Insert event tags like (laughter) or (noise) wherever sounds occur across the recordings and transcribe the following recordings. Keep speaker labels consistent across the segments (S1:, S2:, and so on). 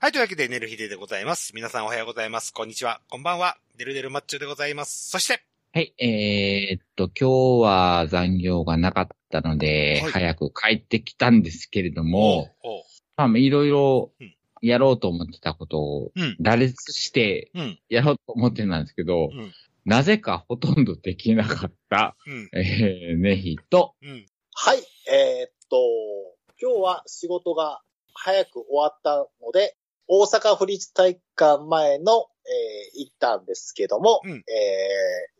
S1: はい、というわけで、寝る日ででございます。皆さんおはようございます。こんにちは。こんばんは。デルデルマッチョでございます。そして、
S2: はい、えーっと、今日は残業がなかったので、
S1: はい
S2: 早く帰ってきたんですけれども、
S1: おう
S2: まあ、いろいろ
S1: うん
S2: やろうと思ってたことを、
S1: うん、
S2: 羅列して
S1: うん、
S2: やろうと思ってたんですけど、
S1: うん
S2: なぜかほとんどできなかった、
S1: うん、
S2: えー、ネヒと、
S1: うん、
S3: はい、えーっと、今日は仕事が早く終わったので、大阪府立体育館前の、えー行ったんですけども、
S1: うん
S3: えー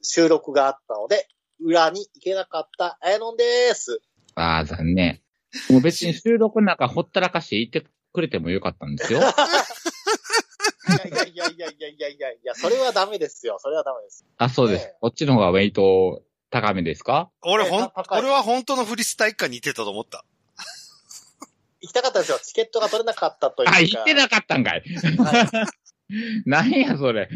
S3: 収録があったので、裏に行けなかったあやのんです。
S2: ああ、残念。もう別に収録なんかほったらかして言ってくれてもよかったん
S1: (laughs)
S2: ですよ。
S3: いやいやいやいやいやいやいや、それはダメですよ。それはダメです。
S2: あ、そうです
S3: ええ。
S2: こっちの方がウェイト高めですか
S1: 俺ほ
S3: え
S1: ん
S3: ー高い
S1: 俺は本当のフリスタ一家に似てたと思った。
S3: (laughs) 行きたかったんですよ。チケットが取れなかったというか。
S2: あ、言ってなかったんかい。
S3: は
S2: なんやそれ。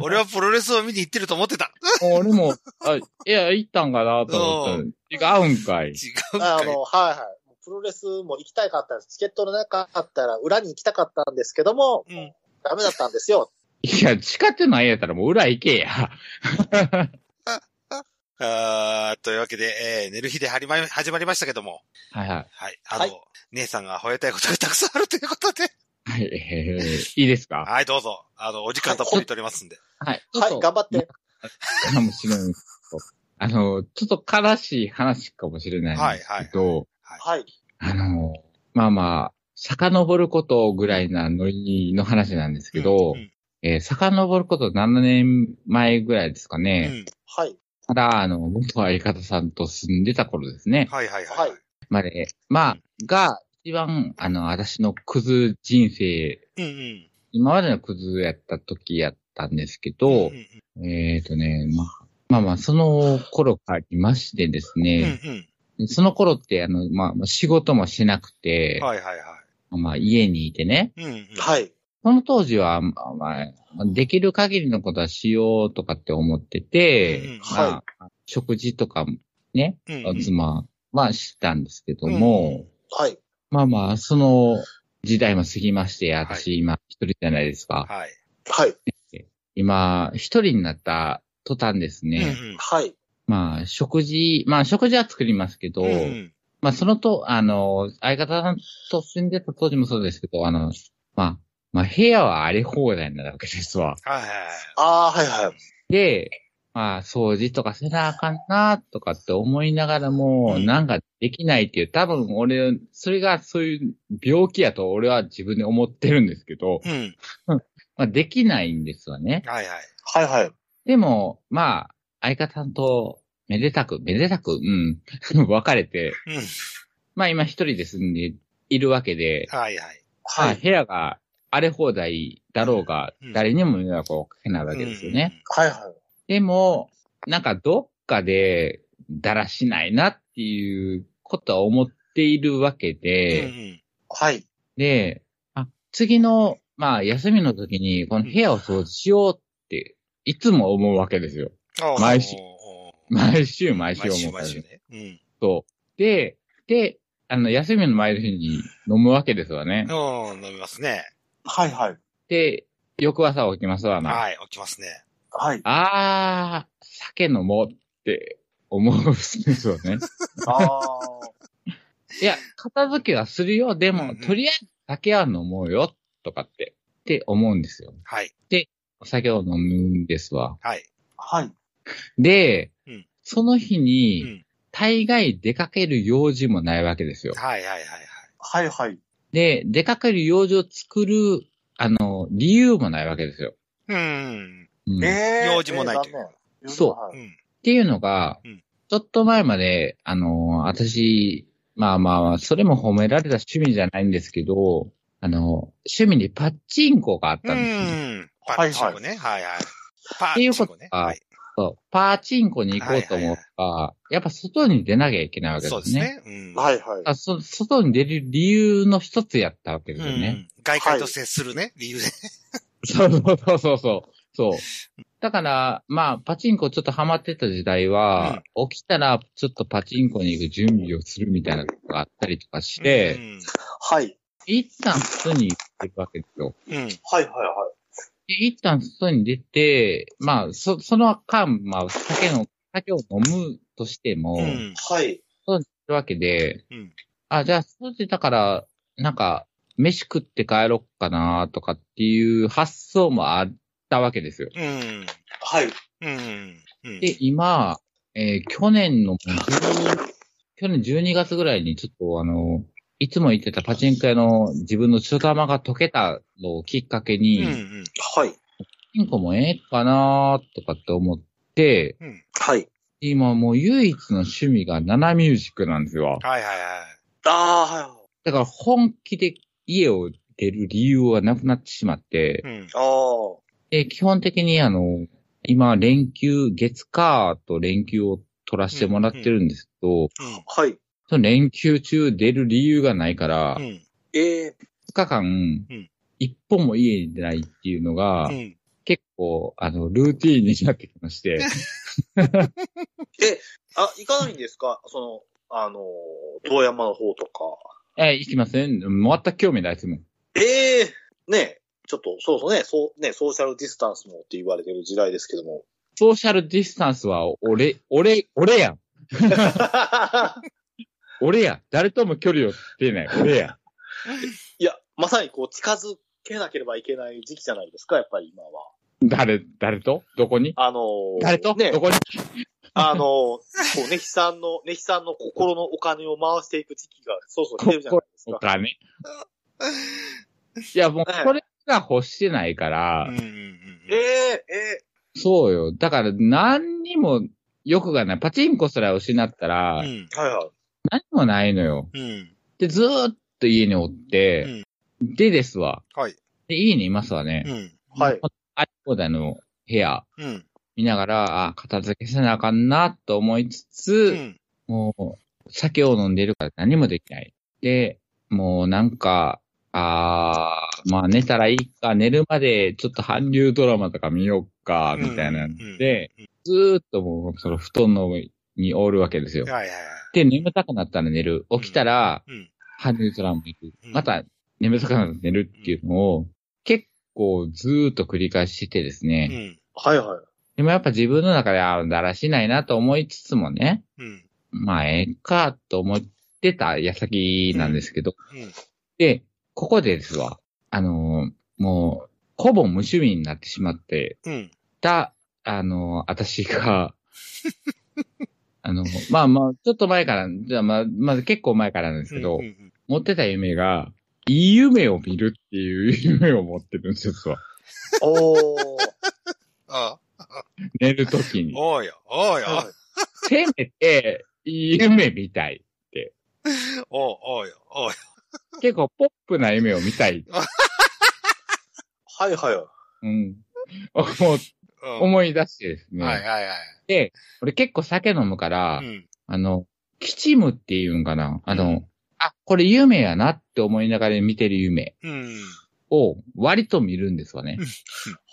S1: 俺はプロレスを見に行ってると思ってた。
S2: もう俺も、あ、いや、行ったんかなと思ったら。違うんかい。
S1: 違うん
S3: あ
S1: か
S3: あの、はいはい。プロレスも行きたかったんです。チケットのなかったら裏に行きたかったんですけども、
S1: い。うん。
S3: ダメだったんですよ。
S2: いや、地下ってないやったらもう裏行けや。
S1: あーというわけで、えー、寝る日で始まり始まりましたけども。
S2: はいは
S1: はい。あの、
S3: はい
S1: 姉さんが吠えたいことがたくさんあるということで。
S2: い。はい、えーいいですか
S1: はい、どうぞ。あの、お時間たっぷり取りますんで。
S2: はい。
S3: はい、頑張って。
S2: かもしれないですけど。あの、ちょっと悲しい話かもしれないんですけど、
S3: はい。
S2: あの、まあまあ、遡ることぐらいなノリの話なんですけど、
S1: うん
S2: えー遡ること7年前ぐらいですか
S1: うん
S2: ね。
S3: はい。
S2: ただ、あの、元相方さんと住んでた頃ですね。
S1: はいはいはい。
S3: はい
S2: まで、まあ、が、一番、あの、私のクズ人生、
S1: うんうん。
S2: 今までのクズやった時やったんですけど
S1: う、ん
S2: えっ、とね、まあ、まあまあ、その頃がありましてです
S1: うん。
S2: ね、
S1: うん
S2: その頃って、あの、まあ、仕事もしなく
S1: う
S2: て
S1: ん。、はいはいは
S2: まあ、家にいてね、
S1: い。うんうん。
S3: はい。
S2: その当時は、まあまあ、できる限りのことはしようとかって思ってて、
S1: うんうん
S2: まあ、食事とかもね、
S1: うんうん。
S2: 妻はしたんですけど
S1: うん
S2: も、
S3: はい。
S2: まあまあ、その時代も過ぎまして、私今一人じゃないですか。
S1: はい。
S3: はい。
S2: 今、一人になった途端ですね。
S1: うん
S3: はい。
S2: まあ、食事、まあ食事は作りますけど、
S1: うんうん
S2: まあそのと、あの、相方さんと住んでた当時もそうですけど、あの、まあ、まあ部屋は荒れ放題になるわけですわ。
S1: はいはいはい。
S3: ああ、はいはい。
S2: で、まあ掃除とかせなあかんなとかって思いながらも、
S1: うん
S2: なんかできないっていう、多分俺、それがそういう病気やと俺は自分で思ってるんですけど、
S1: うん。
S2: まあ、できないんですわね。
S1: はいはい。
S3: はいはい。
S2: でも、まあ、相方さんと、めでたく、めでたく、うん、 (laughs) 別れて、
S1: うん。
S2: まあ今一人で住んでいるわけで、
S1: はいはい。
S2: ま
S3: は
S2: あ
S3: い。
S2: 部屋が荒れ放題だろうが
S1: うん、
S2: 誰にも迷惑をかけないわけですよね。
S3: はいはい。
S2: でも、なんかどっかで、だらしないなっていうことは思っているわけ
S1: うんうん。
S2: で、
S3: はい。
S2: で、あ、次の、まあ休みの時に、この部屋を掃除しようって、いつも思うわけですよ。
S1: うんうん
S2: 毎週
S1: おー
S2: 毎週毎週
S1: 毎
S2: 思
S1: 週
S2: うか
S1: 毎
S2: ら
S1: 週
S2: ね。
S1: ね。うん。
S2: そう。で、で、あの、休みの前の日に飲むわけですわね。
S1: うん、飲みますね。
S3: はいはい。
S2: で、翌朝起きますわな。
S1: はい、起きますね。
S3: はい。
S2: あー、酒飲もうって思うんですよ
S1: (laughs)
S2: ね。
S3: ああ。
S2: いや、片付けはするよ。で
S1: うんう
S2: も、
S1: ん
S2: とりあえず酒は飲もうよ。とかって、って思うんですよ。
S1: はい、
S2: お酒を飲むんですわ。
S1: はい。
S3: はい。
S2: で、
S1: うん
S2: その日に、
S1: うん
S2: 大概出かける用事もないわけですよ。
S1: はいはいはいはい。
S3: はいはい。
S2: で、出かける用事を作る、あの、理由もないわけですよ。
S1: うん。
S2: うんっ
S3: え
S1: 用事もないというか
S3: う
S2: そう
S1: うん。
S2: ていうのが、
S1: うん
S2: ちょっと前まで、あの、私、まあまあ、それも褒められた趣味じゃないんですけど、あの、趣味にパッチンコがあっ
S1: う
S2: たんですよ、
S1: ん。パッチンコね。はいはい。パッチンコね。
S2: は
S1: はいい。
S2: そうパーチンコに行こうと思ったら、やっぱ外に出なきゃいけないわけです
S1: そ
S2: ね。
S1: うですね。うん。い。
S3: はいはい。
S2: あそ外に出る理由の一つやったわけで
S1: う
S2: すよね。
S1: ん。外界と接するね、理由で。
S2: そうそうそうそう。そう。だから、まあ、パチンコちょっとハマってた時代は、起きたらちょっとパチンコに行く準備をするみたいなのがあったりとかして、
S1: うん
S3: はい。
S2: 一旦外に出るわけですよ。
S1: うん。
S3: はいはいはい。
S2: で一旦外に出て、まあ、そ、その間、まあ、酒の、酒を飲むとしても、
S1: う
S2: い
S1: ん。
S3: はい。
S2: るわけで、
S1: うん。
S2: あ、じゃあ、外出たから、なんか、飯食って帰ろっかなとかっていう発想もあったわけですよ。
S1: うん。
S3: はい。
S1: うん。うん。
S2: で、今、えー去年の12、去年12月ぐらいにちょっとあの、いつも行ってたパチンコ屋の自分の初玉が溶けたのをきっかけ
S1: う
S2: に、
S1: ん。
S2: パ
S3: はい。
S2: チンコもええかなとかって思って、
S1: うん。うん。
S3: はい。
S2: 今もう唯一の趣味がナナミュージックなんです
S1: はい
S2: よ。
S1: はいは
S3: あ
S2: だから本気で家を出る理由はなくなってしまって
S1: い。、うん。
S3: あ、はい。ああ。
S2: で基本的にあの、今連休、月火と連休を取らせてもらってるんですけど、
S3: はい。
S2: その連休中出る理由がないから、
S1: う
S2: 2
S1: ん。
S3: ええ
S2: 日間
S1: ん、
S2: 一本も家に出ないっていうのが
S1: う、ん。
S2: 結構、あの、ルーティーンになってき
S1: (laughs)
S2: まして、
S3: あ、行かないんですかその、あの、遠山の方とか。
S2: え、行きません全く興味ないですもん。
S3: ええねえ、ちょっと、そうそうね、そう、ね、ソーシャルディスタンスもって言われてる時代ですけ
S1: (laughs)
S3: ども。
S2: ソーシャルディスタンスは、俺、俺、俺やん。俺や。誰とも距離を出
S1: (laughs)
S2: ない。俺や。
S3: いや、まさにこう、近づけなければいけない時期じゃないですか、やっぱり今は。
S2: 誰、誰とどこに
S3: あの、
S2: 誰と、
S3: ね
S2: ど、こに
S3: あの、こう、ネヒさんの、ネ (laughs) ヒさんの心のお金を回していく時期が、そうそう来てるじゃないです
S2: お
S3: か。
S2: 金。いや、もう、これが欲してないから、
S1: うん。うん。
S3: ええええ
S2: そうよ。だから何にも欲がない。パチンコすら失ったら
S1: う、ん。
S3: はいはい。
S2: 何もないのよ。
S1: うん。
S2: で、ずーっと家におって、でですわ。
S1: はい。
S2: で、家にいますわ
S1: う
S2: ね。
S1: ん。
S3: はい。
S2: あり放題の部屋
S1: うん。
S2: 見ながら、あ、片付けせなあかんなと思いつ
S1: う
S2: つ、
S1: ん。
S2: もう、酒を飲んでるから何もできない。で、もうなんか、あー、まあ寝たらいいか、寝るまでちょっと韓流ドラマとか見よっか、みたいなんで、ずーっともう、その布団の上におるわけですよ。
S1: はいはいはい。
S2: で、眠たくなったら寝る。起きたら、
S1: うん。
S2: ハニートラも行く。
S1: うん
S2: また、眠たくなったら寝るっていうのを、結構ずーっと繰り返してです
S1: う
S2: ね。
S1: ん。
S3: はいはい。
S2: でもやっぱ自分の中で、あーだらしないなと思いつつもね、
S1: うん。
S2: まあ、ええかと思ってた矢先なんですけど、
S1: うん。
S2: で、ここでですわ、あのーもう、ほぼ無趣味になってしまって、
S1: うん。
S2: た、あの、私
S1: (laughs)
S2: が、あの、まあまあ、ちょっと前から、じゃあまあ、まあ結構前からなんですけど、
S1: うん。
S2: 持ってた夢が、いい夢を見るっていう (laughs) 夢を持ってるんですよ、実は
S3: おー。
S1: あ
S2: 寝るときに。
S1: おうよ。おうよ。
S2: せめて、いい夢見たい。
S1: おう、おうよ。おうよ。
S2: 結構ポップな夢を見たい。
S3: はいはいはい。
S2: うん。思う
S1: うん。
S2: 思い出してですね。
S1: はいはいはい。
S2: で、俺結構酒飲むから、
S1: うん。
S2: あの、きちむっていうんかな。あの、あ、これ夢やなって思いながら見てる夢。
S1: うん。
S2: を割と見るんですわね。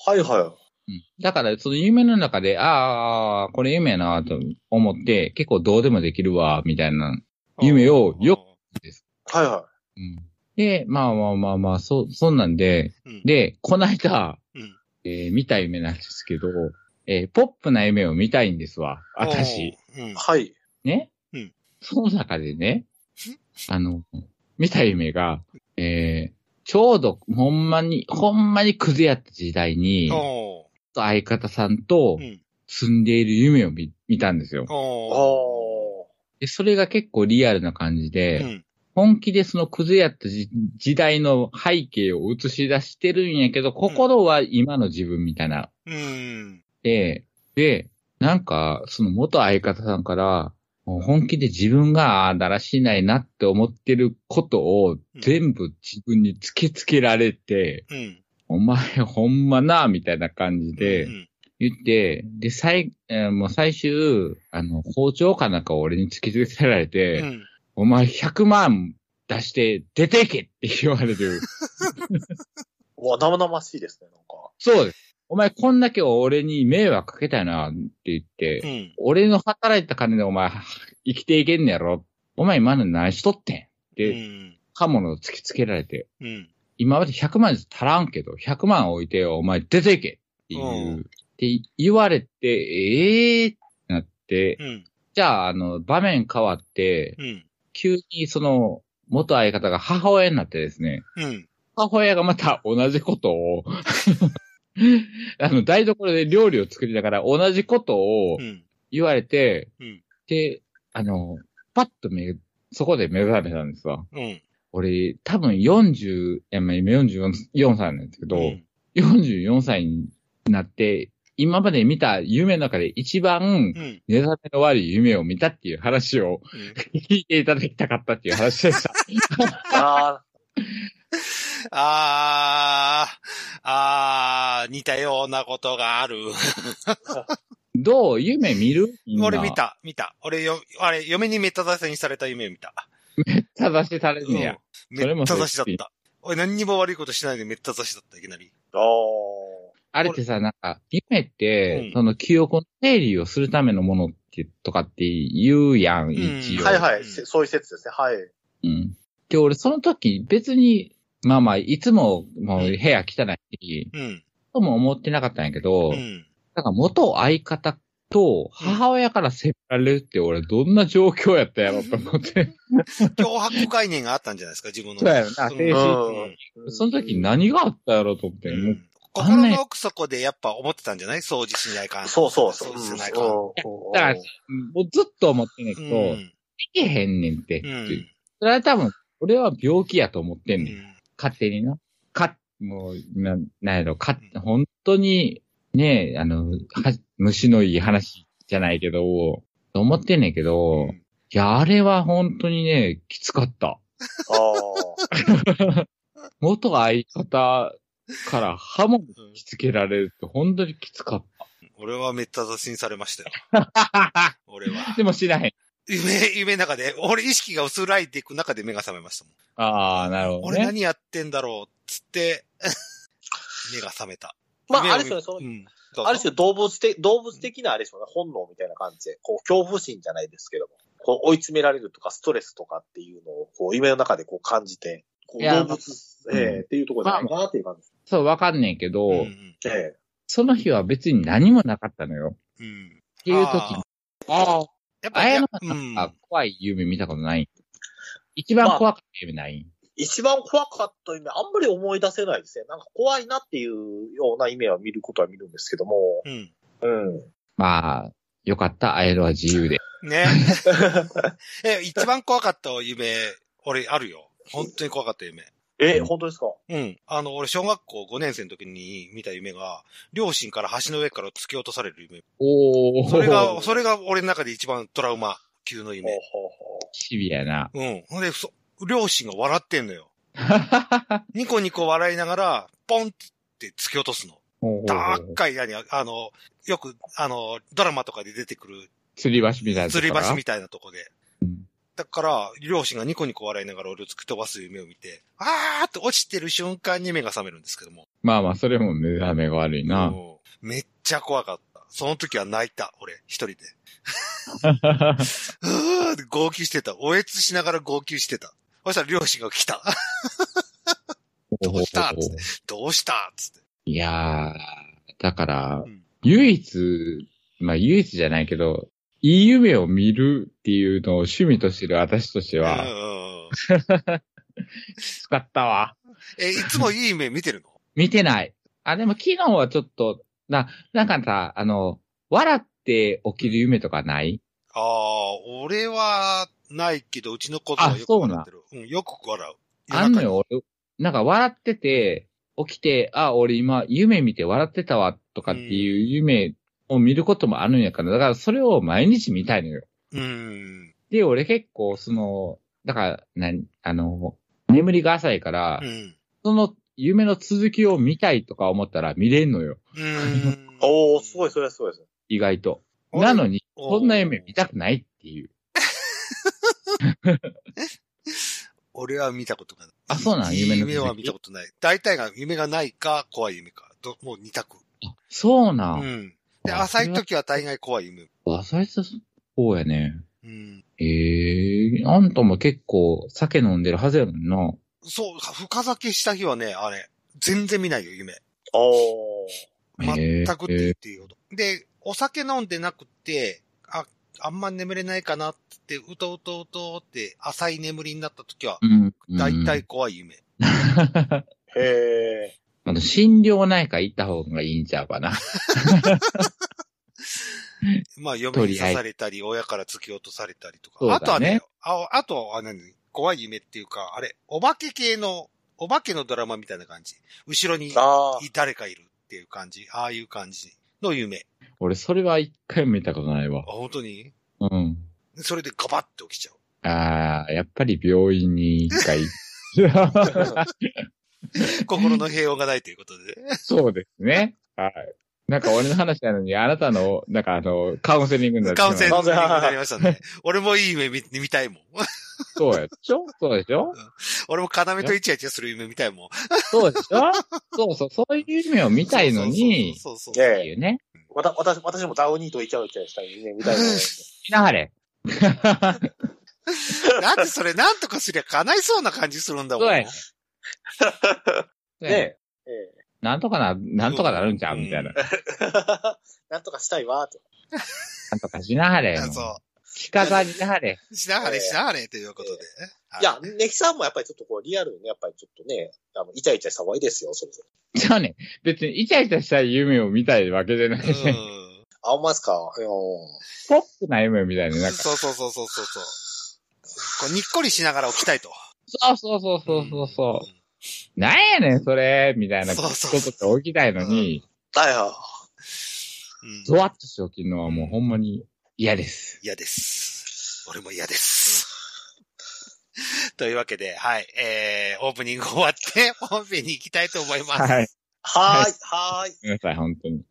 S3: はいは
S2: うんだから、その夢の中で、ああ、これ夢やなと思って、結構どうでもできるわ、みたいな。夢をよ
S3: い。はいは
S2: うんで、まあまあまあまあ、そ、そんなんで、
S1: うん。
S2: で、こないだ
S1: うん、
S2: えー見た夢なんですけど、えーポップな夢を見たいんですわ、私。
S1: おう。うん
S3: い。。はい。
S2: ね、
S1: うん
S2: その中
S1: (laughs)
S2: でね、あの、見た夢が、えーちょうど、ほんまに、ほんまにクズやった時代に、
S1: おう。
S2: 相方さんと
S1: うん。
S2: 住んでいる夢を見見たんですよ。
S1: おう。
S3: お
S2: で、それが結構リアルな感じで、
S1: うん。
S2: 本気でそのクズやったじ時代の背景を映し出してるんやけど、心は今の自分みたいな。
S1: うん。
S2: で、で、なんか、その元相方さんから、もう本気で自分があーだらしないなって思ってることを全部自分に突きつけられて、
S1: うん。
S2: お前ほんまな、みたいな感じで、
S1: うん。
S2: 言って、で、最、えーもう最終、あの、包丁かなんかを俺に突きつけられて、
S1: うん。
S2: お前100万出して出ていけって言われて
S1: (laughs)
S2: る。
S3: ー。うわ、生々しいですね、なんか。
S2: そうです。お前こんだけ俺に迷惑かけたよなって言って、
S1: うん。
S2: 俺の働いた金でお前生きていけんねやろ。お前今の何しとってんっ
S1: う
S2: て
S1: ん。
S2: 刃物を突きつけられて、
S1: うん。
S2: 今まで100万じゃ足らんけど、100万置いてよ、お前出ていけっていう、
S1: うん
S2: って言われて、ええー、ってなって、
S1: うん。
S2: じゃあ、あの、場面変わって、
S1: うん。
S2: 急にその、元相方が母親になってですね、
S1: うん。
S2: 母親がまた同じことを、あの、台所で料理を作りながら同じことを
S1: うん。
S2: 言われて、
S1: うん
S2: で、あの、パッと目、そこで目覚めたんですわ。
S1: うん。
S2: 俺、多分40、いや、まあ今44歳なんですけど、
S1: うん。
S2: 44歳になって、今まで見た夢の中で一番
S1: うん。
S2: 目覚めの悪い夢を見たっていう話を聞いていただきたかったっていう話
S1: (laughs)
S2: でした。
S3: あ
S1: あー、あー、似たようなことがある。
S2: どう夢見るみんな
S1: 俺見。た、見た。俺よ、あれ、嫁にめった出しにされた夢見た。
S2: 正しされんねや。
S1: うん
S2: それ
S1: めっ
S2: も
S1: た
S2: そう
S1: 出しだった。俺何にも悪いことしないでめった出しだった、いきなり。
S3: あ、お
S2: あれってさ、なんか、夢って、
S1: うん
S2: その記憶の整理をするためのものって、とかって言うやん、一
S1: う
S3: ー
S2: 応。
S1: ん
S3: はいはい、
S1: うん
S3: せそういう説ですね。はい。
S2: うん。で、俺その時、別に、まあまあ、いつも、も
S1: う
S2: う部
S1: ん
S2: 屋汚いし、
S1: うん。
S2: とも思ってなかったんやけど、
S1: うん。
S2: だから元相方と母親から責められるって俺どんな状況やったやろと思って。
S1: 脅迫概念があったんじゃないですか、自分の。
S2: そうやろな
S1: うん
S2: 精神
S1: うん
S2: その時何があったやろと思って、
S1: う
S2: もうん
S1: 心の奥底でやっぱ思ってたんじゃない掃除しないかん。
S3: そうそうそう。
S1: 掃除しないかん。
S3: うん
S2: だからもうずっと思ってんねん
S1: う
S2: けど、で
S1: ん。
S2: きへんねんって。
S1: うん。
S2: それは多分、俺は病気やと思って
S1: うん
S2: ねん。
S1: ん
S2: 勝手にな。か、もう、な、なんやろ、か
S1: う、ん
S2: 本当に、ねあの、は虫のいい話じゃないけど、と思ってんねんけど、
S1: う
S2: い
S1: ん
S2: や、あれは本当にね、きつかった。
S3: あ
S2: 元相方から刃物きつけられるって本当にきつかっ
S1: 俺はめった出しにされま
S3: (laughs)
S1: したよ。
S2: た。
S1: 俺は。
S2: でも知らへん。
S1: 夢、夢の中で、俺意識が薄らいでいく中で目が覚めましたもん。
S2: ああ、なるほど
S1: 俺
S2: ね。
S1: 何やってんだろう、つって、 (laughs) 目が覚めた。
S3: あ。
S1: 目
S3: まあ、
S1: を
S3: あれですよね、その
S1: うんどうぞ
S3: ある種動物的、動物的なあれですよね、本能みたいな感じで、こう、恐怖心じゃないですけども、こう、追い詰められるとか、ストレスとかっていうのを、こう、夢の中でこう感じて、こう、
S2: いや
S3: 動物、
S2: まあ
S3: え
S2: うん
S3: えっていうところじゃないかなっていう感じです。
S2: そう、わかんねんけど、
S1: うん
S3: ええ
S2: その日は別に何もなかったのよ。
S1: うんうん。
S2: っていう時
S1: あ
S2: に、ああ、
S1: やっぱ
S2: あや
S1: り
S2: の、
S1: うん。
S2: あ怖い夢見たことない。一番怖かった夢ない。
S3: 一番怖かった夢、あんまり思い出せないですね。なんか怖いなっていうような夢は見ることは見るんですけども。
S1: うん。
S3: うん。 (laughs)
S2: まあ、よかった、あやのは自由で。
S3: (laughs)
S1: ね。え、一番怖かった夢、俺あるよ。本当に怖かった夢。
S3: え、
S2: うん
S3: 本当ですか
S1: うん。あの、俺、小学校5年生の時に見た夢が、両親から橋の上から突き落とされる夢。
S2: (laughs) おー、
S1: それ
S3: お
S1: が、
S3: ー
S1: それが俺の中で一番トラウマ級の
S3: ほう
S1: 夢。
S3: ほうほう
S2: シビアな。
S1: うん。ほんで、そ、両親が笑ってんの
S2: (laughs)
S1: よ。ニコニコ笑いながら、ポンって突き落とすの。高い、何、あの、よく、あの、ドラマとかで出てくる、
S2: 釣り橋みたいな。
S1: 吊り橋みたいなとこで
S2: うん。
S1: だから、両親がニコニコ笑いながら俺を突き飛ばす夢を見て、あーって落ちてる瞬間に目が覚めるんですけども。
S2: まあまあ、それも目覚めが悪いな。
S1: うんめっちゃ怖かった。その時は泣いた、俺、一人で。うーって号泣してた。おえつしながら号泣してた。そしたら両親が来た。 (laughs) どうしたっつってどうしたっつって。
S2: (laughs) いやー、だから、
S1: うん
S2: 唯一、まあ唯一じゃないけど、いい夢を見るっていうのを趣味としてる私として
S1: うんう
S2: は、
S1: んうん
S2: 使ったわ。
S1: え、いつもいい夢見てるの
S2: 見てない。あ、でも昨日はちょっと、な、なんかさ、あの、笑って起きる夢とかない
S1: ああ、俺はないけど、うちの子供はよく笑ってる。うん、よく笑う。
S2: あんの
S1: 夜
S2: よ、俺。なんか笑ってて、起きて、あ、俺今夢見て笑ってたわ、とかっていう夢を見ることもあるんやから、だからそれを毎日見たいのよ。
S1: 中に。うん。
S2: で、俺結構、その、だから、なに、あの、眠りが浅いから、
S1: うん。
S2: その夢の続きを見たいとか思ったら見れんのよ。
S1: うん。
S3: (laughs) おー、すごい、それはすごいですね。
S2: 意外と。なのに、
S1: お
S2: そんな夢見たくないっていう。
S1: 俺は見たことがない。
S2: あそうなん
S1: いい
S2: 夢の続き
S1: 夢は見たことない。大体が夢がないか、怖い夢か。どもう二択。
S2: そうな。
S1: うんん。で、
S2: あ
S1: 浅い時は大概怖い夢。
S2: わ、それと、そうやね。
S1: うん。
S2: ええあんたも結構酒飲んでるはずやもんな。
S1: そう、深酒した日はね、あれ、全然見ないよ、夢。
S3: お
S1: 全
S3: ー。
S1: くって
S2: え
S1: 言
S2: え
S1: っていいほど。で、お酒飲んでなくて、あ、あんま眠れないかなって、うとうとうとうって浅い眠りになった時は、
S2: うん。
S1: だいたい。怖い夢。
S3: へえ。
S2: あの、心療内科行った方がいいんちゃうかな。 (laughs)
S1: まあ、嫁に刺されたり、親から突き落とされたりとか。
S2: そう
S1: あ
S2: だね
S1: とはね、ああとは何怖い夢っていうか、あれ、お化け系の、お化けのドラマみたいな感じ。後ろに
S3: ああ。
S1: 誰かいるっていう感じ。ああいう感じの夢。
S2: 俺、それは一回も見たことない
S1: あ、
S2: わ。
S1: 本当に
S2: うん。
S1: それでガバッと起きちゃう。
S2: ああ、やっぱり病院に一 (laughs) 回。
S1: (laughs) 心の平穏がないということで。
S2: そうですね。はい。なんか俺の話なのに、あなたの、なんかあの、カウンセリングになってしま
S1: 完
S2: う
S1: 成になりましたね。俺もいい夢見見たいもん。 (laughs)
S2: そうやでしょそうでしょ
S1: 俺も要とイチャイチャする夢見たいもん。
S2: そうでしょそうそう、そういう夢を見たいのに、っ
S1: そうそうそうそう
S2: て
S3: ね
S2: いうね。
S3: わた、私、私もダウニーとイチャイチャしたいね、みたいな。
S2: 見なはれ。
S1: そう。だってそれなんとかすりゃ叶いそうな感じするんだもん。
S2: そうやね
S3: ねえ。え
S2: なんとかな、なんとかなるんちゃうみたいな。
S3: え。 (laughs) なんとかしたいわ、と。
S2: なんとかしなは (laughs) れ。
S1: あそ
S2: 着方になはれ。
S1: う。しながれしながれということで。はい
S3: や、ネヒさんもやっぱりちょっとこう、リアルにね、やっぱりちょっとね、あの、イチャイチャした方がいいですよ、それぞ
S2: (laughs)
S3: れ。
S2: じゃあね、別にイチャイチャしたい夢を見たいわけじゃないし、
S1: う
S2: ね
S1: ん。
S3: あ、ほんまですかう
S2: ポップな夢みたいな。なんか、
S1: そうそうそうそうそうそう。こうにっこりしながら起きたいと。
S2: (laughs) そうそうそうそうそうそう。なんやねん、それみたいな
S1: そ
S2: こ
S1: う
S2: と
S1: そうそう
S2: って起きたいのに、
S3: ん。だよ。
S1: うん。
S2: ゾワッとして起きるのはもうほんまに嫌です。
S1: 嫌です。俺も嫌です。 (laughs) というわけで、はい、えー、オープニング終わって、 (laughs) 本編に行きたいと思います。
S2: はい。
S3: はーい、はーい。
S2: ごめんなさい、本当に。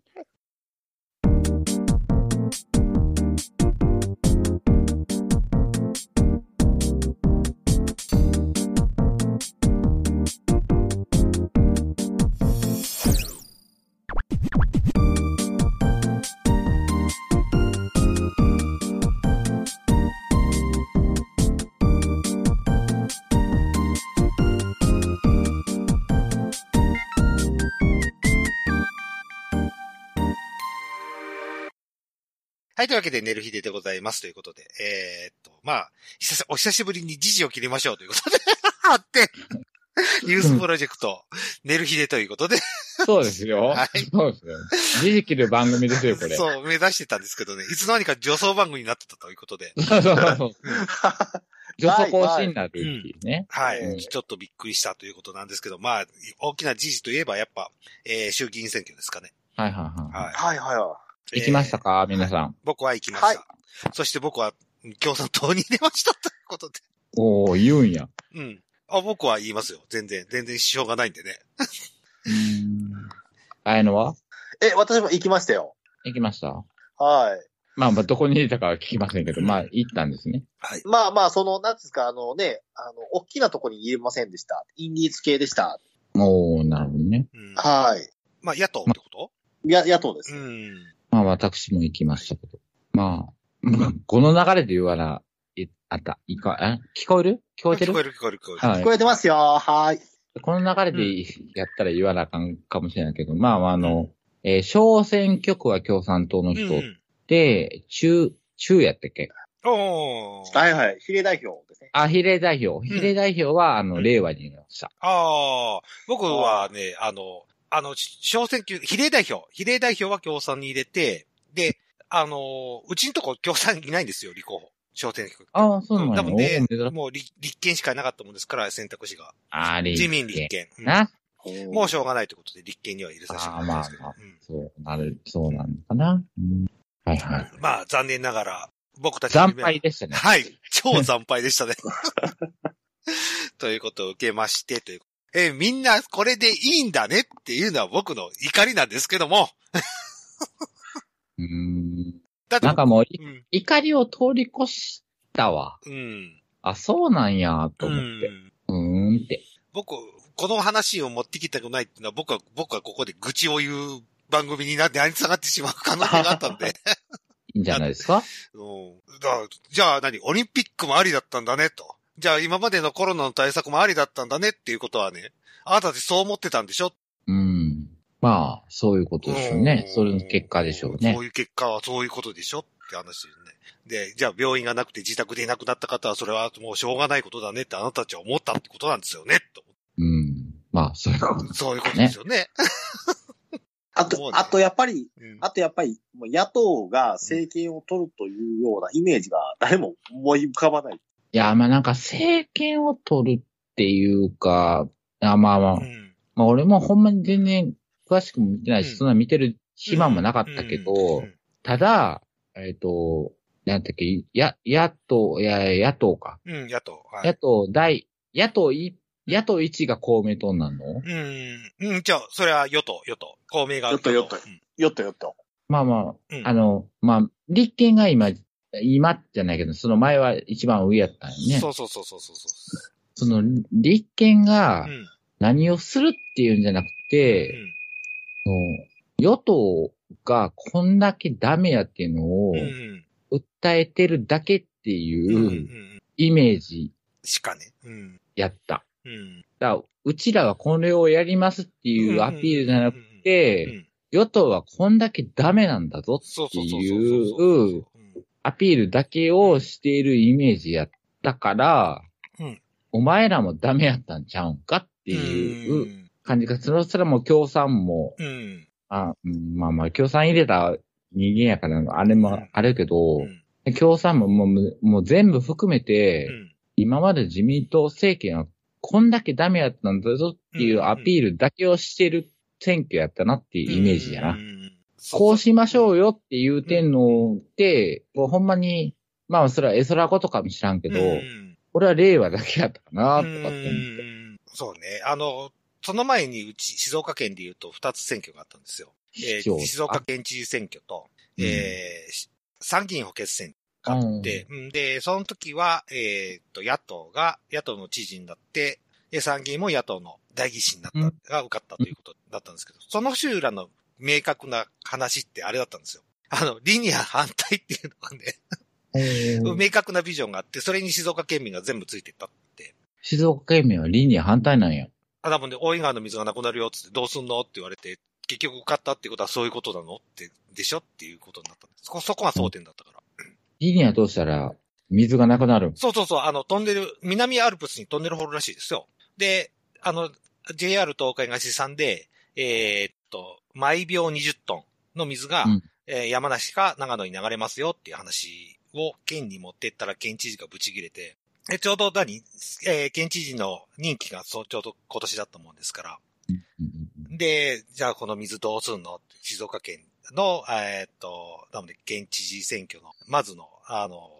S1: はい、というわけで、寝る日ででございますということで、えー、っと、まあ、久しお久しぶりに時事を切りましょうということで、 (laughs) あって、ニュースプロジェクト、寝る日でということで、
S2: そうですよ。
S1: はい
S2: そうですよ。時事切る番組ですよ、これ。そう
S1: そう、目指してたんですけどね、いつの間にか女装番組になってたということで、
S2: そう (laughs) そう。女装更新になるっていうね。
S1: はい、
S2: うん
S1: ちょっとびっくりしたということなんですけど、まあ、大きな時事といえば、やっぱ、えー、衆議院選挙ですかね。
S2: はいはいはい。
S1: は
S3: (laughs) はい、は
S1: えー
S2: 行きましたか、皆さん。
S1: 僕は行きました。
S3: はい。
S1: そして僕は共産党に入れましたということで。
S2: おー、 (laughs) 言うんや。
S1: うん。あ、僕は言いますよ。全然、全然支障がないんでね。
S2: うーん。あやのはい
S3: え、私も行きましたよ。
S2: 行きました
S3: はい。
S2: まあ、まあ、どこにいたかは聞きませんけど、まあ、行ったんですね。
S3: まあまあ、その、なんですか、あのね、あの、大きなとこに入れませんでした。インディーズ系でした。
S2: おー、なるほどね。
S1: うん。
S3: はい。
S1: まあ、野党ってこと
S3: や、野党です。
S1: うん。
S2: まあ、私も行きましたけど。まあ、まあこの流れで言うわら、いあった、いか、あ聞こえる聞こえてる
S1: 聞こえる聞こえる聞こえる。
S2: は
S3: 聞こえてますよ。はい。
S2: い。この流れでやったら言わなあかんかもしれないけど、まあ、まああの、えー小選挙区は共産党の
S1: う
S2: 人
S1: ん。
S2: で、中、中やったっけ
S1: おー。
S3: はいはい。比例代表ですね。
S2: あ、比例代表。比例代表は、あの、令和にいました。
S1: ああ。僕はね、あの、あの、し小選挙、比例代表。比例代表は共産に入れて、で、あの、うちんとこ共産いないんですよ、立候補。小選挙区。
S2: ああ、そうなん
S1: 多
S2: や。
S1: 分で
S2: おー珍しい、
S1: もう立立憲しかなかったもんですから、選択肢が。
S2: あれ。
S1: 自民立憲。うん
S2: な。
S1: もうしょうがないということで、立憲には入れさせてもらったんですけど。
S2: あーま
S1: うん
S2: そうなる、そうなんかな。うんはいはい。
S1: まあ、残念ながら、僕たちの
S2: 惨
S1: 夢は
S2: 敗でしたね。
S1: はい。超惨敗でしたね。 (laughs) ということを受けまして、という。えーみんなこれでいいんだねっていうのは僕の怒りなんですけども。
S2: うーん。
S1: だって
S2: なん、かもう、い
S1: うん。
S2: 怒りを通り越したわ。
S1: うん。
S2: あ、そうなんや、と
S1: う
S2: 思って。
S1: ん。
S2: うーんって。
S1: 僕、この話を持ってきたくないっていうのは、僕は、僕はここで愚痴を言う番組になって、あり下がってしまう可能性があったんで。
S2: いいんじゃないですか
S1: うんだじゃあ何オリンピックもありだったんだねと。じゃあ今までのコロナの対策もありだったんだねっていうことはね、あなたたちそう思ってたんでしょ
S2: うん。まあ、そういうことでしょうね。
S1: ん
S2: それの結果でしょうね
S1: そう。いう結果はそういうことでしょって話ですよね。で、じゃあ病院がなくて自宅でいなくなった方はそれはもうしょうがないことだねってあなたたちは思ったってことなんですよね。と
S2: うん。まあ、そういうこと。
S1: そういうことですよね。
S3: あ
S1: もう
S3: と、
S1: ね
S3: あとやっぱり、
S1: うん
S3: あとやっぱり、もう野党が政権を取るというようなイメージが誰も思い浮かばない。
S2: いや、まあなんか政権を取るっていうか、あまあまあ、
S1: うん
S2: まあ俺もほんまに全然詳しくも見てないし、
S1: うん
S2: そんな見てる暇もなかったけど、
S1: うん
S2: ただ、えっ、と、なんだっけ、や、野党、いや、野党か。
S1: うん、うん野党。はい
S2: 野党第、野党い、野党1が公明党なの
S1: うん、うん、じゃあ、それは与党、与党。公明が。
S3: 与党与党
S1: うん
S3: よっとよっと。
S2: まあまあ、
S1: うん
S2: あの、まあ、立憲が今、今じゃないけど、その前は一番上やったんよね。
S1: そうそうそうそうそうそ
S2: その、立憲が
S1: う。うん。
S2: 何をするっていうんじゃなくて、その与党がこんだけダメやっていうのを
S1: うん。うん。
S2: 訴えてるだけって
S1: うん。うんう。
S2: いうんイメージ
S1: しかね。うん。
S2: やった。
S1: うん。
S2: だからうちらはこれをやりますっていうアピールじゃなく
S1: うんう
S2: て、
S1: ん
S2: 与党はこんだけダメなんだぞ
S1: そう
S2: って
S1: そうそう
S2: い
S1: そうそう
S2: うアピールだけをしているイメージやったから
S1: うん、
S2: お前らもダメやったんちゃうんかって
S1: う。
S2: いうん感じが、そのそれも共産も
S1: うん。
S2: あ、うんまあまあ、共産入れた人間やから、あれもあるけど、
S1: うん。
S2: 共産ももうもう全部含めて、
S1: うん
S2: 今まで自民党政権はこんだけダメやったんだぞっていうアピールだけをしてる選挙やったなっていうイメージやな。
S1: うんうん
S2: こうしましょ
S1: よ。
S2: うよっていう点のって、こうほんまに、まあそれは絵空子とかも知らんけど、
S1: うん
S2: 俺は令和だけやったかな、
S1: う
S2: とかって思って。
S1: んそうね。あの、その前にうち、静岡県で言うと2つ選挙があったんですよ。えー
S2: 市長
S1: 静岡県知事選挙と、
S2: うん
S1: えーし参議院補欠選があって、うんで、その時は、えーっと、野党が、野党の知事になって、で参議院も野党の代議士になった、
S2: うん
S1: が受かったということだったんですけど、その州らの明確な話ってあれだったんですよ。あの、リニア反対っていうのがね、
S2: うん
S1: 明確なビジョンがあって、それに静岡県民が全部ついてったって。
S2: 静岡県民は理に反対なんや。
S1: あ、多分ね、大井川の水がなくなるよっつって、どうすんのって言われて、結局受かったってことはそういうことなのって、でしょっていうことになったんです。そこ、そこが争点だったから。
S2: リニアどうしたら水がなくなる。
S1: そうそうそう、あの、トンネル、南アルプスにトンネル掘るらしいですよ。で、あの、JR 東海が試算で、えーっと、毎秒20トンの水が、
S2: うん
S1: えー山梨か長野に流れますよっていう話を県に持ってったら県知事がブチ切れて、えちょうど何、えー県知事の任期がそうちょうど今年だったもんですから、
S2: うんうんうん
S1: で、じゃあこの水どうすんのって静岡県の、えーっと、なので県知事選挙の、まずの、あの、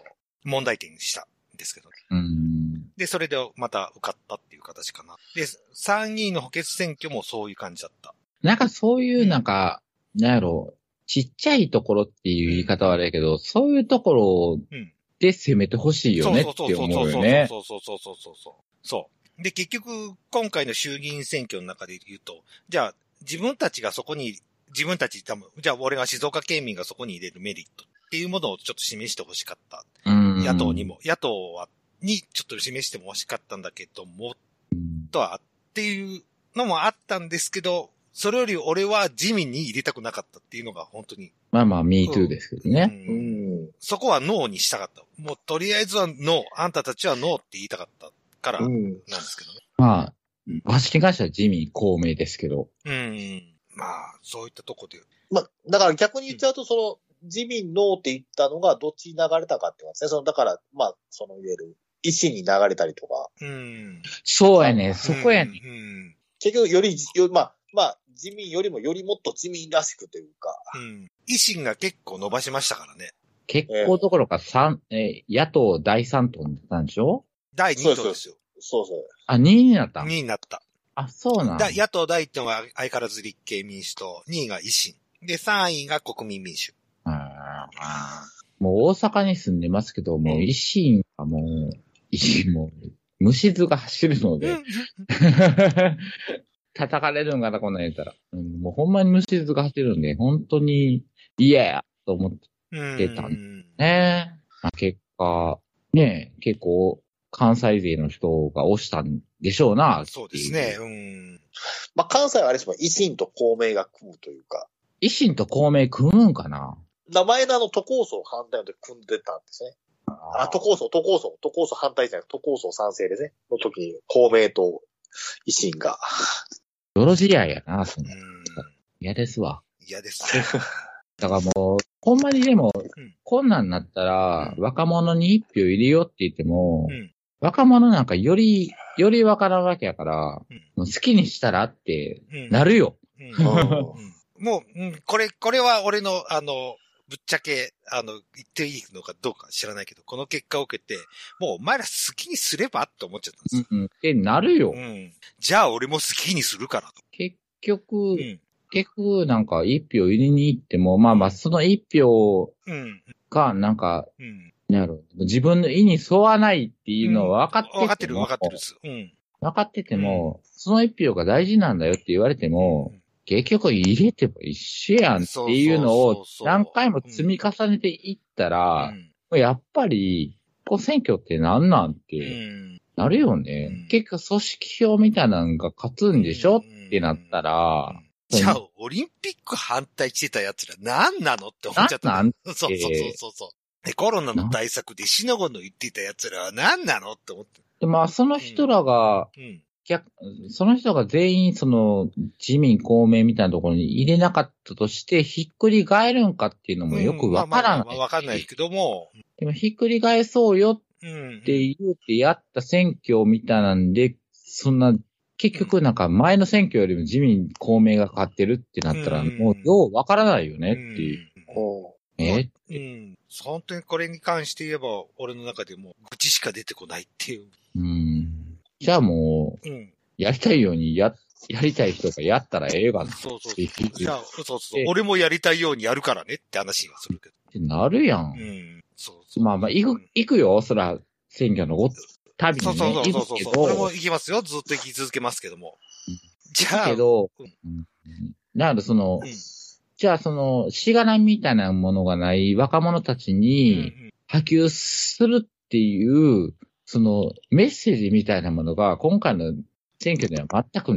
S1: 問題点にしたんですけど、
S2: うん。
S1: で、それでまた受かったっていう形かな。で、参議院の補欠選挙もそういう感じだった。
S2: なんかそういう、なんか、なんやろ、ちっちゃいところっていう言い方はあれやけど、そういうところ
S1: うん
S2: で攻めてほしいよねって思うよね。
S1: そうそうそうそうそうそうそうそう。そう。で、結局、今回の衆議院選挙の中で言うと、じゃあ、自分たちがそこに、自分たち、多分じゃあ俺が静岡県民がそこに入れるメリットっていうものをちょっと示してほしかった。
S2: うん
S1: 野党に。も、野党は、にちょっと示しても欲しかったんだけども、
S2: うん
S1: とは、っていうのもあったんですけど、それより俺は自民に入れたくなかったっていうのが本当に。
S2: まあまあ、me too ですけど
S1: う
S2: ね。
S1: ん
S3: ん。
S1: そこはノーにしたかった。もうとりあえずはノー。あんたたちはノーって言いたかったからなんで
S3: ん。
S1: すけどね。
S2: まあ、わしに関しては自民公明ですけど。
S1: うん。まあ、そういったとこで。
S3: まあ、だから逆に言っちゃうと、その、自民ノーって言ったのがどっちに流れたかってことですね。その、だから、まあ、その、いわゆる、維新に流れたりとか、
S1: うん。
S2: そうやね、そこやね。
S1: うん。
S3: 結局より、よまあ、まあ、自民よりもよりもっと自民らしくというか、
S1: うん。維新が結構伸ばしましたからね。
S2: 結構どころか三、えー野党第三党になったんでしょ
S1: 第2党ですよ。
S3: そうそう。
S2: あ、2になった
S1: 2
S2: ん
S1: になった。
S2: あ、そうなん
S1: だ野党第1党が相変わらず立憲民主党、2位が維新。で、3位が国民民主。
S2: ああもう大阪に住んでますけど、もう維新はもう、維新もう、虫図が走るので、 (laughs) 叩かれるんかな、こんなん言ったら。うんもうほんまに虫図が走るんで、本当に嫌やと思って
S1: うん
S2: 出たね。まあ、結果、ね、結構、関西勢の人が押したんでしょうな。
S1: そうですね。。うん。
S3: まあ、関西はあれですもん、維新と公明が組むというか、
S2: 維新と公明組むんかな
S3: 名前のあの都構想反対の時組んでたんですね。あ、都構想、都構想、都構想反対じゃなく都構想賛成ですね。の時に公明と維新が。
S2: 泥仕合やな、そん
S1: う。
S2: なん嫌ですわ。
S1: 嫌です。
S2: だからもう、ほんまにでも
S1: うん、
S2: こんなんなったら、
S1: うん
S2: 若者に一票入れようって言っても
S1: う、ん。
S2: 若者なんかより、よりわからんわけやから、
S1: うん
S2: もう好きにしたらって、
S1: うん。
S2: なるよ。
S1: うん。
S3: うん
S1: うんもう、うん、これ、これは俺の、あの、ぶっちゃけ、あの、言っていいのかどうか知らないけど、この結果を受けて、もうお前ら好きにすればって思っちゃったんです
S2: う
S1: よ
S2: ん。うん、ってなるよ。
S1: うん。じゃあ俺も好きにするからと。
S2: 結局、
S1: うん。
S2: 結局なんか一票入れに行っても、まあまあその一票
S1: うん。
S2: がなんか、
S1: うん。
S2: なんやろ、自分の意に沿わないっていうのは分かってても、
S1: 分かってる、分かってるです。うん。
S2: 分かってても、その一票が大事なんだよって言われても、結局入れても一緒やんっていうの
S1: そうそう
S2: を
S1: そうそう
S2: 何回も積み重ねていったら、
S1: うん
S2: もうやっぱり、こう選挙ってなんなんって、
S1: うん。
S2: なるよね。
S1: うん
S2: 結局組織票みたいなのが勝つんでしょ、ってなったら、
S1: じゃあ、オリンピック反対してた奴ら何なのって思っちゃった。
S2: なん
S1: そうそうそうそうそう。で、コロナの対策で死の子の言ってた奴らは何なのって思って。
S2: でまあその人らが、
S1: うん。
S2: 逆、その人が全員その自民公明みたいなところに入れなかったとして、ひっくり返るんかっていうのもよくわから
S1: まあまあま
S2: な
S1: あ
S2: い。
S1: わかんないけども。
S2: でもひっくり返そうよ
S1: うん。
S2: って言うてやった選挙みたいなんで、そんな、結局なんか前の選挙よりも自民公明が勝ってるってなったら、
S1: うん
S2: もうようわからないよ
S1: う
S2: ね
S1: ん、
S2: っていう。
S3: う
S2: え
S1: うん。本当にこれに関して言えば、俺の中でも愚痴しか出てこないっていう。
S2: うん。じゃあもう、
S1: うん。
S2: やりたいようにや、やりたい人がやったらええがなっ
S1: そうそう。
S2: て
S1: じゃあ、そうそうそう
S2: ええ。
S1: 俺もやりたいようにやるからねって話はするけど。
S2: てなるやん
S1: う。ん。そうそう。
S2: まあまあ、行く、行くよ、そら、選挙のご、旅
S1: そう
S2: に
S1: そう
S2: ね
S1: そ、うそう
S2: 行く
S1: そう
S2: け
S1: そう。俺も
S2: ど、
S1: 行きますよ。ずっと行き続けますけども
S2: うん。
S1: じゃあ、
S2: けど
S1: うん、
S2: うんなるその
S1: うん、
S2: じゃあその、しがらみみたいなものがない若者たち
S1: うん
S2: に波及するっていう、その、メッセージみたいなものが、今回の選挙では全く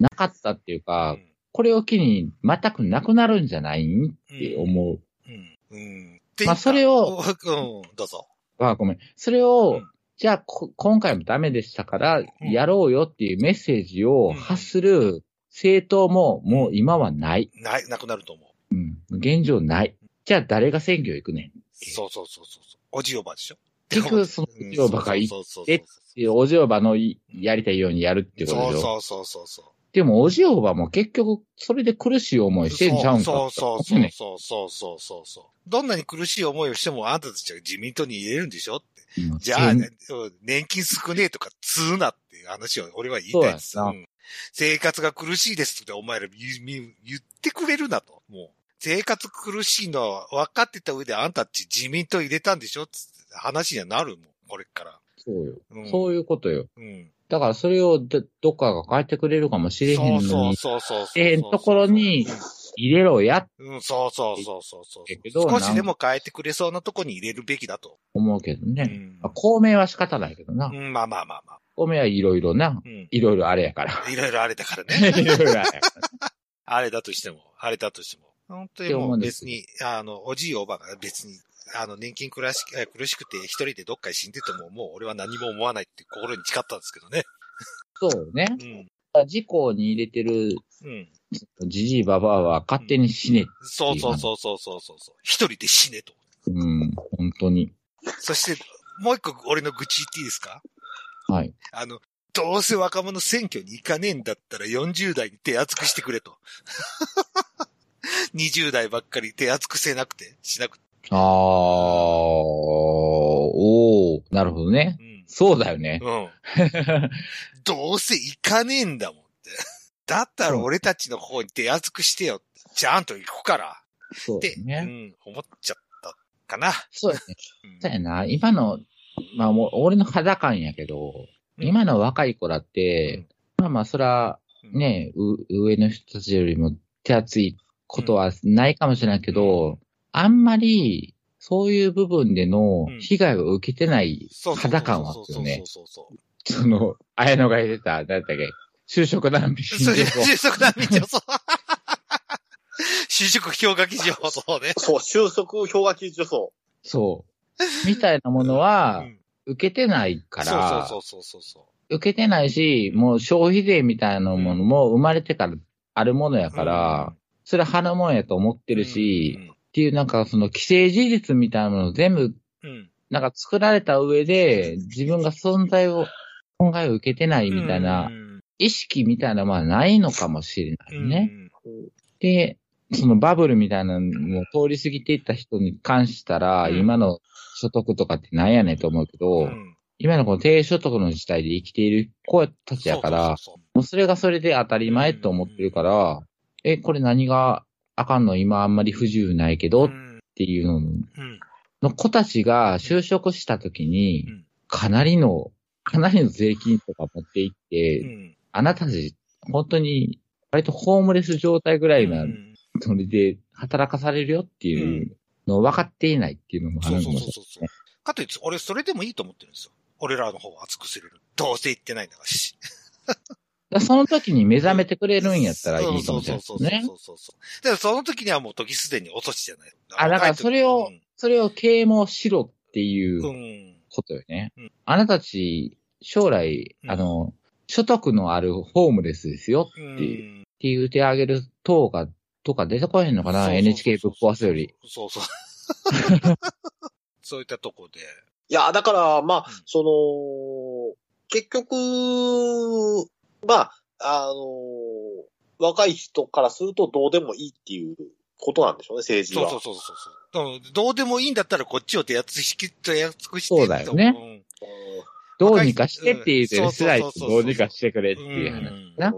S2: なかったっていう
S1: うん
S2: か、これを機に全くなくなるんじゃないんって思う。
S1: うん。うん。っていうか
S2: まあそれを、
S1: うん、どうぞ。
S2: あ、ごめん。それ
S1: う
S2: を
S1: ん、
S2: じゃあこ、今回もダメでしたから、やろうよっていうメッセージを発する政党も、もう今はない。
S1: ない、なくなると思う。
S2: うん。現状ない。じゃあ、誰が選挙行くねん。
S1: そうそうそうそうそう。おじおばでしょ
S2: 結局、その、おじおばがい
S1: そうそうそう
S2: てって、おじおばのいやりたいようにやるってことでしょ。
S1: そうそうそうそう。
S2: でも、おじおばも結局、それで苦しい思いしてんちゃうんか
S1: そうそう
S2: ね
S1: そうそうそうそうそうそう。どんなに苦しい思いをしてもあんたたちは自民党に入れるんでしょって。
S2: うん
S1: じゃあ、
S2: うん
S1: ね、うん年金少ねえとか、つうなっていう話を俺は言いたいです。
S2: そうやな
S1: うん生活が苦しいですってお前ら言言言ってくれるなと。もう。生活苦しいのは分かってた上であんたたち自民党入れたんでしょつって話にはなるもん、これから。
S2: そうよ。
S1: うん
S2: そういうことよ。
S1: うん。
S2: だから、それをど、どっかが変えてくれるかもしれへんのに、
S1: そうそうそうそうそう。
S2: ええところに入れろやって
S1: うん、そうそうそうそうそう
S2: ええけ。ど
S1: 少しでも変えてくれそうなとこに入れるべきだと。
S2: 思うけどね。
S1: うん
S2: まあ、公明は仕方ないけどな。
S1: うん、まあまあまあまあ。
S2: 公明はいろいろな。
S1: うん。
S2: いろいろあれやから。
S1: い (laughs) ろいろあれだからね。
S2: いろいろあれやから。
S1: あれだとしても、あれだとしても。本当に
S2: って
S1: も
S2: 思う
S1: うん
S2: で
S1: 別
S2: す
S1: に、あの、おじいおばが別に、あの、年金苦しく、えー苦しくて一人でどっかに死んでても、もう俺は何も思わないって心に誓ったんですけどね。
S2: そうね。
S1: うん。
S2: 事故に入れてる
S1: うん。
S2: じじいばばあは勝手に死ね。
S1: そうそうそうそうそうそうそう。一人で死ねと。
S2: うん、本当に。
S1: そして、もう一個俺の愚痴言っていいですか
S2: はい。
S1: あの、どうせ若者選挙に行かねえんだったら40代に手厚くしてくれと。20代ばっかり手厚くせなくて、しなくて。
S2: あー、おー、なるほどね。
S1: うん。
S2: そうだよね。
S1: うん。
S2: (laughs)
S1: どうせ行かねえんだもんって。だったら俺たちの方に手厚くしてよ。ちゃんと行くから。
S2: そう
S1: って
S2: だ、
S1: う
S2: ね。
S1: ん、思っちゃったかな。
S2: そうだね。
S1: うん
S2: そうやな。今の、まあもう、俺の肌感やけど、
S1: うん
S2: 今の若い子らって、まあまあ、そら、ね、う上の人たちよりも手厚いことはないかもしれないけど、あんまり、そういう部分での
S1: うん
S2: 被害を受けてない
S1: そうそうそうそう
S2: 肌感はあったよね。
S1: そうそうそう
S2: その、綾野が言ってた、なんだっけ、就職難民
S1: そう。それ、就職難民上、そう。就職氷河期上、そうね。
S3: そう、収束氷河期助走。
S1: (laughs)
S2: そう。みたいなものは
S1: うん、
S2: 受けてないから、
S1: そうそうそうそうそう。
S2: 受けてないし、もう消費税みたいなものも生まれてからあるものやから、それは花もんやと思って
S1: うん、
S2: るし、っていうなんかその既成事実みたいなものを全部
S1: うん、うん。
S2: なんか作られた上で、自分が存在を、損害を受けてないみたいな
S1: う、ん
S2: 意識みたいなのはないのかもしれないね。
S1: うん
S2: で、そのバブルみたいなのを通り過ぎていった人に関したら、
S1: うん
S2: 今の所得とかってなんやねんと思うけ
S1: う
S2: ど、
S1: ん
S2: 今のこの低所得の時代で生きている子たちやから、
S1: そうそう
S2: もうそれがそれで当たり前と思ってるから、え、これ何があかんの今あんまり不自由ないけ
S1: そ
S2: ど
S1: うそう
S2: っ
S1: うん
S2: ていうの
S1: うん
S2: の子たちが就職した時に
S1: うん、
S2: かなりの、かなりの税金とか持っていっ
S1: う
S2: て、
S1: ん
S2: あなたたち、本当に、割とホームレス状態ぐらいな
S1: うん
S2: それで働かされるよっていうのを分かっていないっていうのもあ
S1: そう
S2: るの
S1: そう
S2: も
S1: そうそう。かといって、俺それでもいいと思ってるんですよ。俺らの方は熱くする。どうせ言ってないんだからし。
S2: だからその時に目覚めてくれるんやったらいいかもしれないです
S1: そうそう
S2: ね。
S1: そうそうそう。だからその時にはもう時すでに遅しじゃない。
S2: あだからそれをそれを啓蒙しろってい
S1: うん、う。
S2: うんことよね
S1: うん。
S2: あなたたち、将来、
S1: うん
S2: あの、所得のあるホームレスですよ
S1: う
S2: ってい
S1: ん。
S2: って言ってあげる党が、とか出てこへんのか
S1: そうそうそうそう
S2: な ?NHK ぶっ壊すより。。
S1: そうそう。そういったとこで。
S3: いや、だから、まあ
S1: うん、
S3: その、結局、まあ、あの、若い人からするとどうでもいいっていうことなんでしょうね、政治
S1: そう
S3: は。
S1: そうそうそうそう。だからどうでもいいんだったらこっちを手厚くしきっと手厚くして
S2: そうだよね
S1: うん
S2: どうにかしてって言うて
S1: うん
S2: る世代
S1: そう
S2: と
S1: そうそうそう
S2: どうにかしてくれっていう話。
S1: うん
S2: な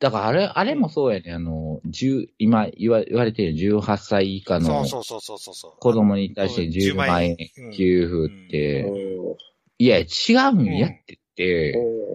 S2: だからあれ、あれもそうやね。あの、十、今言わ言われてる18歳以下
S1: そ
S2: の
S1: うそうそうそうそう。
S2: 子供に対して10万円
S1: うん
S2: 給付っ
S3: うん
S2: て、いや、違うんやってって、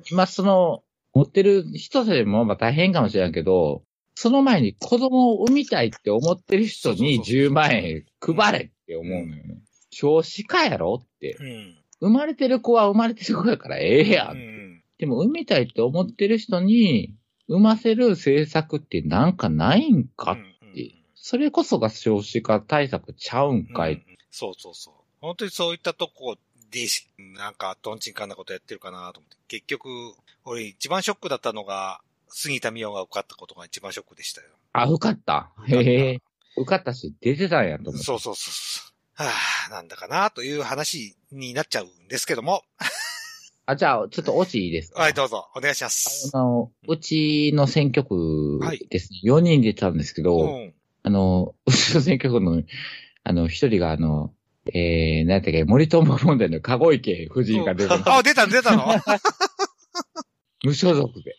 S2: 今その、持ってる人でもまあ大変かもしれんけど、その前に子供を産みたいって思ってる人に
S1: そうそうそう
S2: 10万円配れって思うのよね。少子化やろって。
S1: うん。
S2: 生まれてる子は生まれてる子やからええや。
S1: うんん。
S2: でも産みたいって思ってる人に、産ませる政策ってなんかないんかっ
S1: って
S2: それこそが少子化対策ちゃうんかい。
S1: そうそうそう。本当にそういったとこでし、なんか、とんちんかんなことやってるかなと思って。結局、俺一番ショックだったのが、杉田美桜が受かったことが一番ショックでしたよ。
S2: あ、受かった。
S1: 受かった
S2: へえ。受かったし、出てたんやと思う。
S1: そうそうそうそう。はぁ、なんだかなという話になっちゃうんですけども。
S2: あ、じゃあ、ちょっとオチいいですか
S1: はい、どうぞ、お願いします。
S2: あの、うちの選挙区
S1: はい
S2: ですね。4人出たんですけど、
S1: うん。
S2: あの、 (laughs) うちの選挙区の、あの、一人があの、えー、なんていうか、森友問題の籠池夫人が出てます、
S1: あ、出たの出たの
S2: (laughs) 無所属で。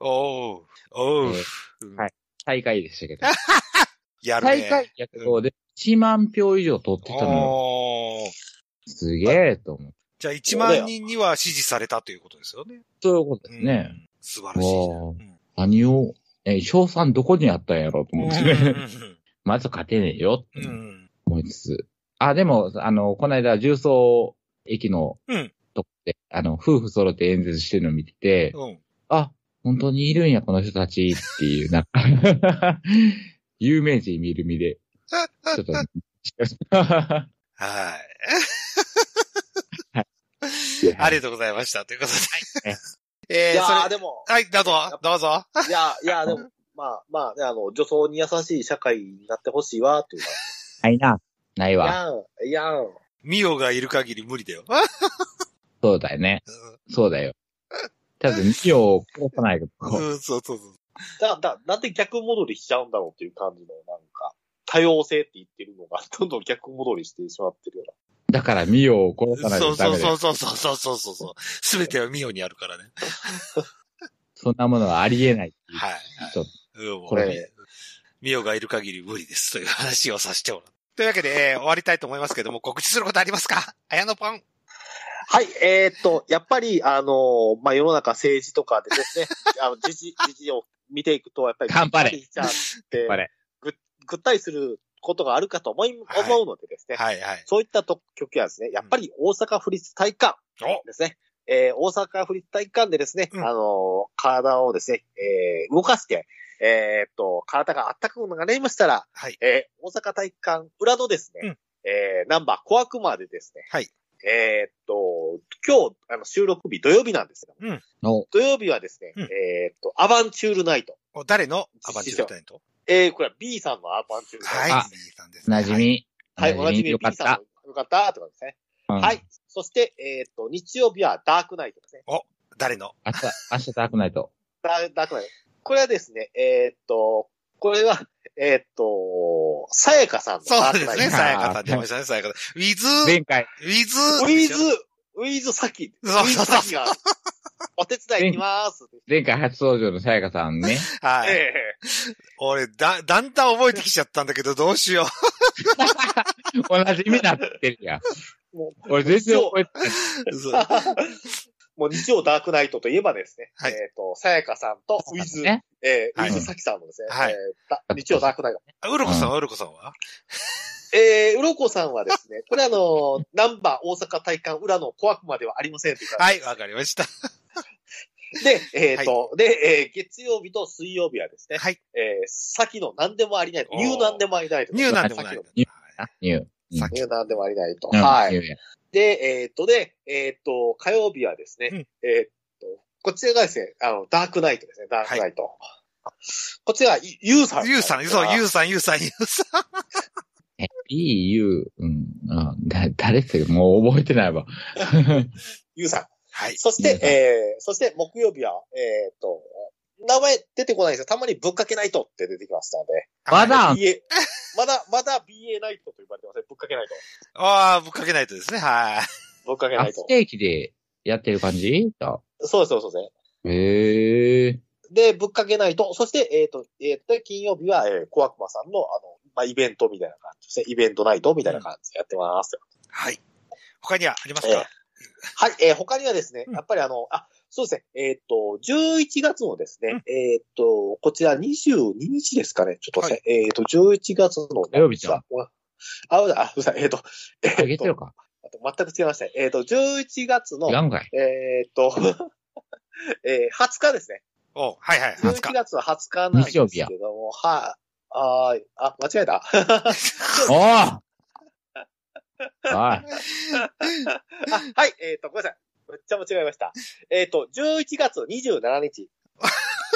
S1: おう、おう
S2: え。大会でしたけど。
S1: やる
S2: 大
S1: ね。
S2: 会やけど、で、1万票以上取ってたのよ。
S1: おー
S2: すげえと思う。
S1: じゃあ1万人には支持されたということですよね。
S2: そういうこと
S1: う
S2: で
S1: ん
S2: すね。。
S1: 素晴らしい。
S2: おー
S1: うん
S2: 何を、えー、賞賛どこにあったんやろうと思って、まず勝てねえよっ
S1: うんう
S2: て
S1: ん
S2: 思いつつ。あ、でも、あの、この間、重曹駅の
S1: うん
S2: とこで、あの、夫婦揃って演説してるの見てて、
S1: うん。
S2: あ、本当にいるんや、この人たちっていう、なんか、 (laughs) 有名人見る見で、ちょっと、
S1: は
S2: はい
S1: い。ありがとうございました。ということで
S2: ね。
S1: え
S3: いや
S1: ー、そ
S3: ー
S1: れ、
S3: でも、
S1: はい、どうぞ、どうぞ。
S3: いや、いや、でも、まあ、まあね、あの、女装に優しい社会になってほしいわ、というか。
S2: ないな。ない
S3: い
S2: わ。
S3: やん、いやん。
S1: ミオがいる限り無理だよ。
S2: そうだよね。そうだよ。ただ、ミオを殺さないと。
S1: うん、そうそうそう。
S3: だ、だ、なんで逆戻りしちゃうんだろうっていう感じの、なんか、多様性って言ってるのが、どんどん逆戻りしてしまってるよ
S2: だから、ミオを殺さない
S1: そう
S2: とダ
S1: そ
S2: メ
S1: う
S2: だよ
S1: そうそうそうそうそうそう。すべてはミオにあるからね。
S2: そんなものはありえないっていう。
S1: はい。
S2: ちょっと
S1: うん
S2: これ。
S1: ミオがいる限り無理です。という話をさせてもらう。というわけで、えー終わりたいと思いますけども、告知することありますか綾野パン。
S3: な。はい、えーっと、やっぱり、あの、まあ、世の中政治とかでですね、あ (laughs) の、時事、時事を見ていくと、やっぱり、
S2: 頑張れ
S3: ぐったりしちゃって、
S2: 頑張れ
S3: ぐ、ぐったりすることがあるかと思い、
S1: はい
S3: 思うのでですね、
S1: はいはい。
S3: そういったと曲はですね、やっぱり大阪府立体育館
S1: お
S3: ですね、えー大阪府立体育館でですね、
S1: うん
S3: あのー体をですね、えー動かして、えーっと、体が温かくなりましたら、
S1: はい。
S3: えー大阪体育館裏のですね、
S1: うん
S3: えーナンバー小悪魔でですね、
S1: はい
S3: えーっと、今日、あの、収録日土曜日なんですが、
S2: の、
S3: 土曜日はですね、
S1: うん
S3: えーっと、アバンチュールナイト。
S1: お誰のアバンチュールタイト
S3: えー、これは B さんのアバンチュールナ
S1: は
S3: イ
S1: い。
S3: ト。
S2: あ
S1: リリーさんですね
S2: なじ。み。
S3: はい、おなじみ
S2: よ
S3: B
S2: かっ
S3: さん
S2: た。
S3: のよかったってことですね。
S2: うん
S3: はい。。そして、えーっと、日曜日はダークナイトですね。
S1: 誰の
S2: 明日、明日ダークナイト。
S3: ダーダークナイト。これはですね、えーっと、これは、えーっと、さやかさんの
S1: そ
S3: ダ
S1: う
S3: ー
S1: で
S3: クナ
S1: す
S3: イ
S1: ね。
S3: ト。
S1: さやかさん出ましたね、さやかさん。ウィズ、ウ
S2: 前回、
S1: ィズ、
S3: ウィズ、ウィズサキ。ウ
S1: そうそ
S3: ィ
S1: う
S3: ズ
S1: そう
S3: サキが、お手伝い行きます。
S2: 前回初登場のさやかさんね。
S1: はい。
S3: え
S1: 俺、だ、だんだん覚えてきちゃったんだけど、どうしよ。
S2: おなじみになってるやん。
S3: えも、
S2: 俺全然覚えてないう
S1: そう
S3: もう日曜ダークナイトといえばですね、
S1: はい
S3: えーっと、さやかさんとウィズ、
S2: ね。
S3: えー、
S1: は
S3: ウ
S1: い
S3: ィズサキさんのですね、
S1: はい
S3: えーだ日曜ダークナイト。
S1: あうるこさんはうるこさんは
S3: えー、うろこさんはですね、これあの、ナンバー大阪体感裏の小悪魔ではありませんというか、
S1: はい、わかりました。
S3: で、えっ、と、で、えー月曜日と水曜日はですね、
S1: はい。
S3: えー、先の何でもありないと、
S1: おー
S3: ニュー何でもありないと。
S1: ニューなんでもない。
S3: 先の
S1: はい
S2: あ、ニュー。
S1: さっ
S3: ニ
S1: き
S3: ュー何でもありないと。
S2: うん
S3: はい。
S2: ニューや
S3: で、えっ、と、で、えっ、と、火曜日はですね、
S1: うん
S3: えっ、と、こちらがですね、あの、ダークナイトですね、ダークナイト。こちらはユ、ユウさん。
S1: ゆうさん、そう、ゆ
S3: う。
S1: うさん、ゆうさん、ゆうさん。
S2: え、B、U、うん、あ、だ、誰ってもう覚えてないわ。
S3: ユウさん。
S1: はい。
S3: そし
S2: ユウ
S3: て、
S2: さん
S3: えー、そして木曜日は、えっ、と、名前出てこないんですよ。たまにぶっかけナイトって出てきましたので。
S2: まだあ
S3: BA まだ、まだ BA ナイトと呼ばれてません。ぶっかけナイト。
S1: ああ、ぶっかけないとですね。はい。
S3: ぶっかけ
S2: あ、
S3: ナイ
S2: ス
S3: ト。
S2: テーキでやってる感じあ
S3: そうです、そうですそうで
S2: へえ。
S3: すね。で、ぶっかけナイト。そして、えっ、と、えっ、と、金曜日は、えー、小悪魔さんの、あの、まあ、イベントみたいな感じですね。イベントナイトみたいな感じでやってますよ。
S1: はい。他にはあります
S3: えー
S1: か
S3: はい、えー、他にはですね
S1: う、ん
S3: やっぱりあの、あ、そうですね、えっ、と、11月のです
S1: う
S3: ね
S1: ん、
S3: えっ、と、こちら22日ですかね、ちょっと待って、えっ、と、11月の、
S2: 火曜日じゃん
S3: あ、あ、あ、うさい、えっ、と、えっ、
S2: あげてる
S3: と、
S2: か。
S3: あと全く違いましたね。えっ、と、11月の
S2: 違、うんかい。
S3: えーっと、 (laughs) えー、20日ですね。
S1: おはい
S3: (laughs)
S1: はい、20
S3: 11
S1: 日。
S3: 月の20日なんですけども、はい、あーあ、間違えた。
S2: おーおい。
S3: あはい、えーっと、ごめんなさい。めっちゃ間違えました。えーっと、11月27日。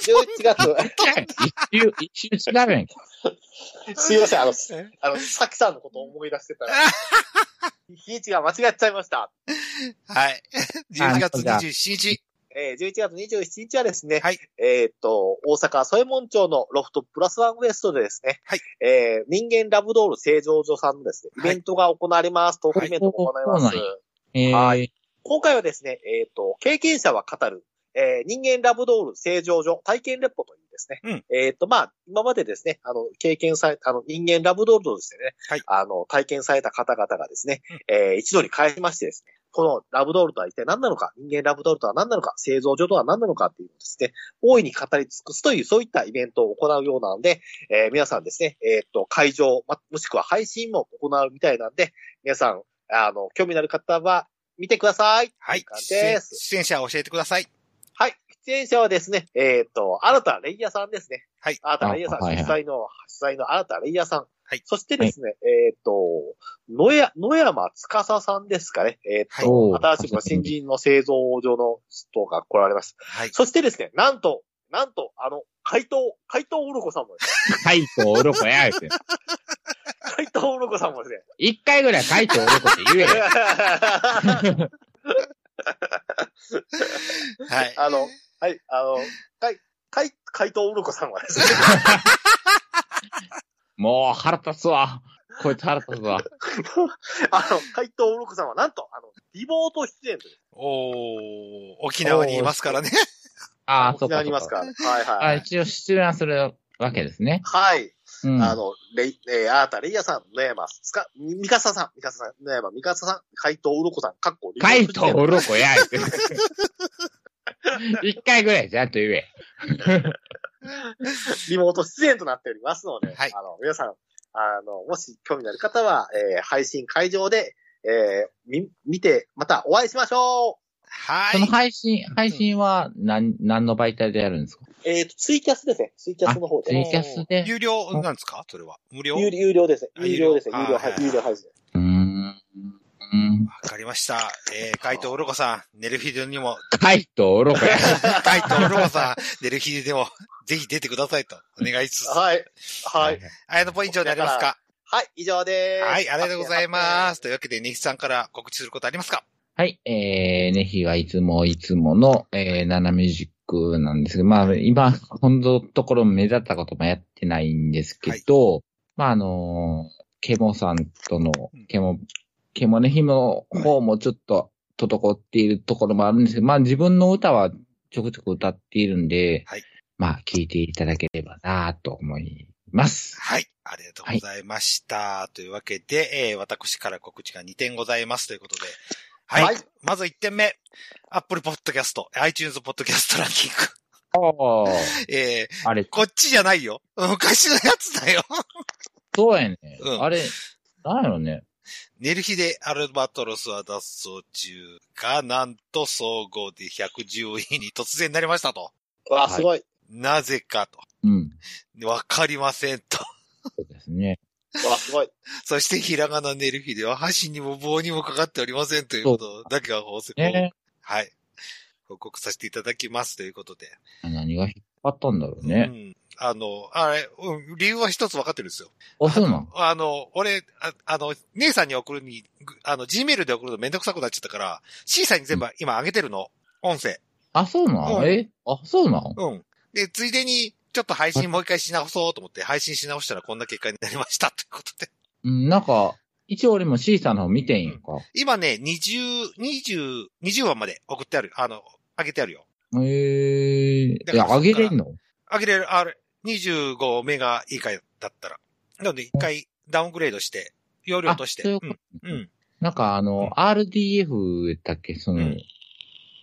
S3: 11月、 (laughs)
S2: 一周、一周違うやんけ。
S3: すいません、あの、あの、さきさんのことを思い出し
S1: (laughs)
S3: てたら、日にちが間違っちゃいました。
S1: はい。11月27日。
S3: えー、11月27日はですね、
S1: はい
S3: えーっと、大阪添右衛門町のロフトプラスワンウエストでですね、
S1: はい
S3: えー、人間ラブドール製造所さんのですね、イ
S1: はい
S3: ベントが行われます。トークイベントが行われます。
S2: はいえー、
S3: はい今回はですね、えーっと、経験者は語る、えー、人間ラブドール製造所体験レポというですね、
S1: うん
S3: えーっと、まあ、今までですね、あの、経験され、あの、人間ラブドールとしてね、
S1: はい
S3: あの、体験された方々がですね、えー一度に返しましてですね、このラブドールとは一体何なのか、人間ラブドールとは何なのか、製造所とは何なのかっていうのをですね、大いに語り尽くすという、そういったイベントを行うようなので、えー皆さんですね、えーっと、会場、まもしくは配信も行うみたいなんで、皆さん、あの、興味のある方は見てください。
S1: はい
S3: とう感。じ
S1: 出演
S3: です。
S1: 出演者を教えてください。
S3: はい。出演者はですね、えっ、と、新田レイヤーさんですね。
S1: はい
S3: 新田レイヤーさん、
S2: あはいはい
S3: 主催の、主催の新田レイヤーさん。
S1: はい
S3: そしてですね、えっ、と、野や、野山司さんですかね。えっ、と、
S2: はい
S3: 新しくの新人の製造所の人が来られま
S1: (laughs)
S3: す。
S1: はい。
S3: そしてですね、なんと、なんと、あの、怪盗、怪盗うろこさんもです
S2: 海とおろこやって。
S3: ね、怪盗うろこさんもですね。
S1: (laughs)
S2: 一回ぐらい海とおろこって言えよ。
S1: はい。
S3: あの、はい、あの、怪、怪、怪盗うろこさんはですね、
S2: もう腹立つわ。こいつ腹立つ
S3: (laughs)
S2: わ。
S3: あの、怪盗うろこさんはなんと、あの、リモート出演という
S1: おー沖縄にいますからね。
S2: ああ、そ
S3: 沖
S2: っかそっか。
S3: 縄にいますからね。はいは
S2: あ
S3: い。
S2: 一応出演するわけですね。
S3: はい。
S2: うん。
S3: あの、レイ、えー、アータレイヤさん、野山、つか、ミカサさん、ミカサさん、野山、ミカサさん、怪盗うろこさん、かっこ、
S2: 海とおろこ
S3: (laughs)
S2: やって。一回ぐらいちゃんと言え。
S3: リモート出演となっておりますので、
S1: はい
S3: あの、皆さん、あの、もし興味のある方は、えー配信会場で、えーみ、見て、またお会いしましょ
S1: は
S2: その
S1: い。
S2: 配信、配信は何、何の媒体でやるんですか
S3: うえっ、と、ツイキャスですね。ツイキャスの方
S2: ツイ
S3: で。
S2: キャスで
S1: 有料なんですかそれは。無料
S3: 有有料です
S1: あ
S3: ね。有料ですね。
S1: 有
S3: 有
S1: 料
S3: 料
S1: あ
S3: 配
S1: ー
S3: 有料配信です。
S2: うーん。うん
S1: わかりました。えー、カイトオロコさん、ネルフィールにも、
S2: カイト、愚かや。
S1: カイトオロコさ (laughs) ん、ネルフィールでも、ぜひ出てくださいと、お願いします。
S3: はい。はい。。
S1: あやのポイントになりますか
S3: はい、以上です。
S1: はい、ありがとうございます。。というわけで、ネヒさんから告知することありますか
S2: はい、えー、ネヒはいつもいつもの、えー、ナナミュージックなんですけど、まあ、今、ほんのところ目立ったこともやってないんですけど、まあ、あのーケモさんとの
S1: うん、
S2: ケモ、ケモネヒの方もちょっと、滞っているところもあるんですけど、まあ、自分の歌はちょくちょく歌っているんで、
S1: はい
S2: まあ、聴いていただければなぁと思います。
S1: はい。ありがとうございました。というわけで、えー私から告知が2点ございますということで。はい。
S3: はい
S1: まず1点目。Apple Podcast、iTunes Podcast ランキン
S2: おー
S1: グ。 (laughs) えー
S2: あれ、
S1: こっちじゃないよ。昔のやつだよ。 (laughs)
S2: そうやね。
S1: うん
S2: あれ、なんやろね。
S1: ネルヒでアルバトロスは脱走中が、なんと総合で110位に突然なりましたと。
S3: わあ、すごい。
S1: なぜか
S2: うん。
S1: と。わかりませんと。 (laughs)
S2: そうですね。
S3: わあ、すごい。
S1: そして、ひらがなネルヒでは箸にも棒にもかかっておりませんということだけが報告、
S2: ね
S1: はい。報告させていただきますということで。
S2: 何が引っ張ったんだろう
S1: う
S2: ね。
S1: ん。あの、あれ、うん理由は一つ分かってるんですよ。
S2: あ、そうなの
S1: あの、俺、ああの、姉さんに送るに、ぐあの、Gmail で送るとめんどくさくなっちゃったから、C さんに全部今上げてるの。音声。
S2: あ、そうな
S1: うん
S2: のえあ、そうなの
S1: うん。で、ついでに、ちょっと配信もう一回し直そうと思って、配信し直したらこんな結果になりましたということで。
S2: うん、なんか、一応俺も C さんの方見てんやんか。
S1: 今ね、20、20、20話まで送ってある。あの、上げてあるよ。
S2: へえ
S1: だから
S2: いや、
S1: そっから
S2: あげれんの
S1: あげれる、あれ、25メガ以下だったら。なので、一回ダウングレードして、容量として。
S2: あそういうこ
S1: ん。うん。
S2: なんかあの、RDF だっけ、その、
S1: うん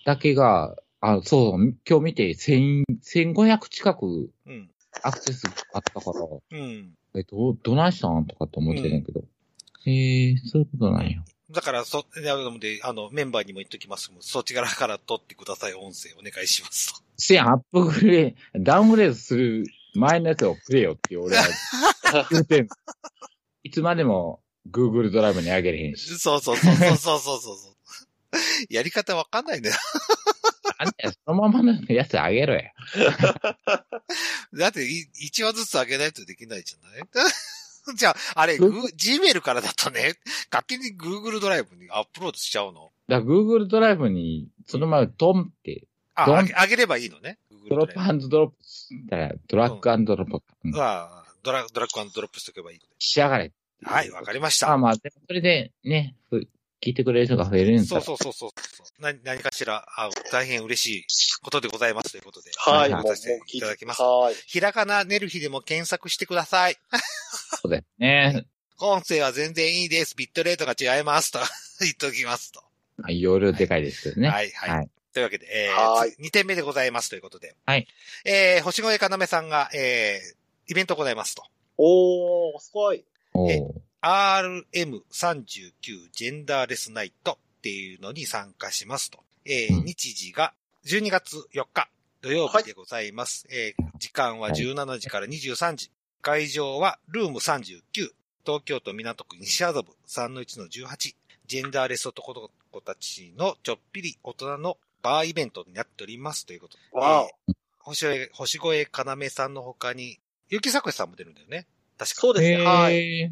S2: だけが、あ、そう、今日見て1000、1500近く
S1: うん。
S2: アクセスあったから、
S1: うん。
S2: えっと、どないしたんとかって思ってたんやけど。へえそういうことなんや。
S1: だから、そ、なので、あの、メンバーにも言っときますもん。そっちからから取ってください、音声お願いしますと。 (laughs)
S2: せやん、アップグレー、ダウングレードする前のやつをくれよって
S1: (laughs)
S2: 俺は言うてん。いつまでも Google ドライブにあげれへんし。
S1: そうそうそうそうそうそうそう。 (laughs) やり方わかんないね。 (laughs)
S2: あんたそのままのやつあげろや。
S1: だって、い一話ずつ上げないとできないじゃない (laughs) じゃあ、あれ、グー Gmail からだとね、勝手に Google ドライブにアップロードしちゃうの
S2: だから Google ドライブにそのままトンって、
S1: あ、
S2: ド
S1: 上
S2: ン
S1: げ上げればいいのね。Google
S2: ドロップアンドドロップしたら、ドラッグアンドドロップ、うん
S1: は、ドラ、ドラッグドロップしておけばいいので。
S2: 仕上がれ。
S1: はい、わかりまし
S2: まあ
S1: た。
S2: まあ、でもそれでね、ふ聞いてくれる人が増えるん
S1: そ
S2: だ
S1: うそうそうそうそう。な、何かしら、あ大変嬉しいことでございますということで。
S3: はい、
S1: も
S3: も
S1: う
S3: う、
S1: も
S3: も
S1: う
S3: う
S1: いただきます。
S3: はい。
S1: ひらがな、ネルヒでも検索してください。
S2: そうだよね。
S1: 音声は全然いいです。ビットレートが違います。と (laughs) 言っておきますと。
S2: まあ容量でかいですけどね。
S1: はい、はい。
S2: はい
S1: というわけで、え
S3: は
S1: ー
S3: い
S1: つ、2点目でございますということで。
S2: はい。
S1: えー、星越かなめさんが、えー、イベントございますと。
S3: おー、すごい。
S2: おう
S1: え RM39 ジェンダーレスナイトっていうのに参加しますと。えー
S2: うん
S1: 日時が12月4日土曜日でございます。えー時間は
S2: はい
S1: 17時から23時。会場はルーム39、東京都港区西麻布3-1の18。ジェンダーレス男の子たちのちょっぴり大人のバーイベントになっておりますということで。
S3: わ
S1: えー
S3: お。
S1: 星越星越かなめさんの他に、ゆきさこさんも出るんだよね。確か。
S3: そうですね、はい。
S2: へえ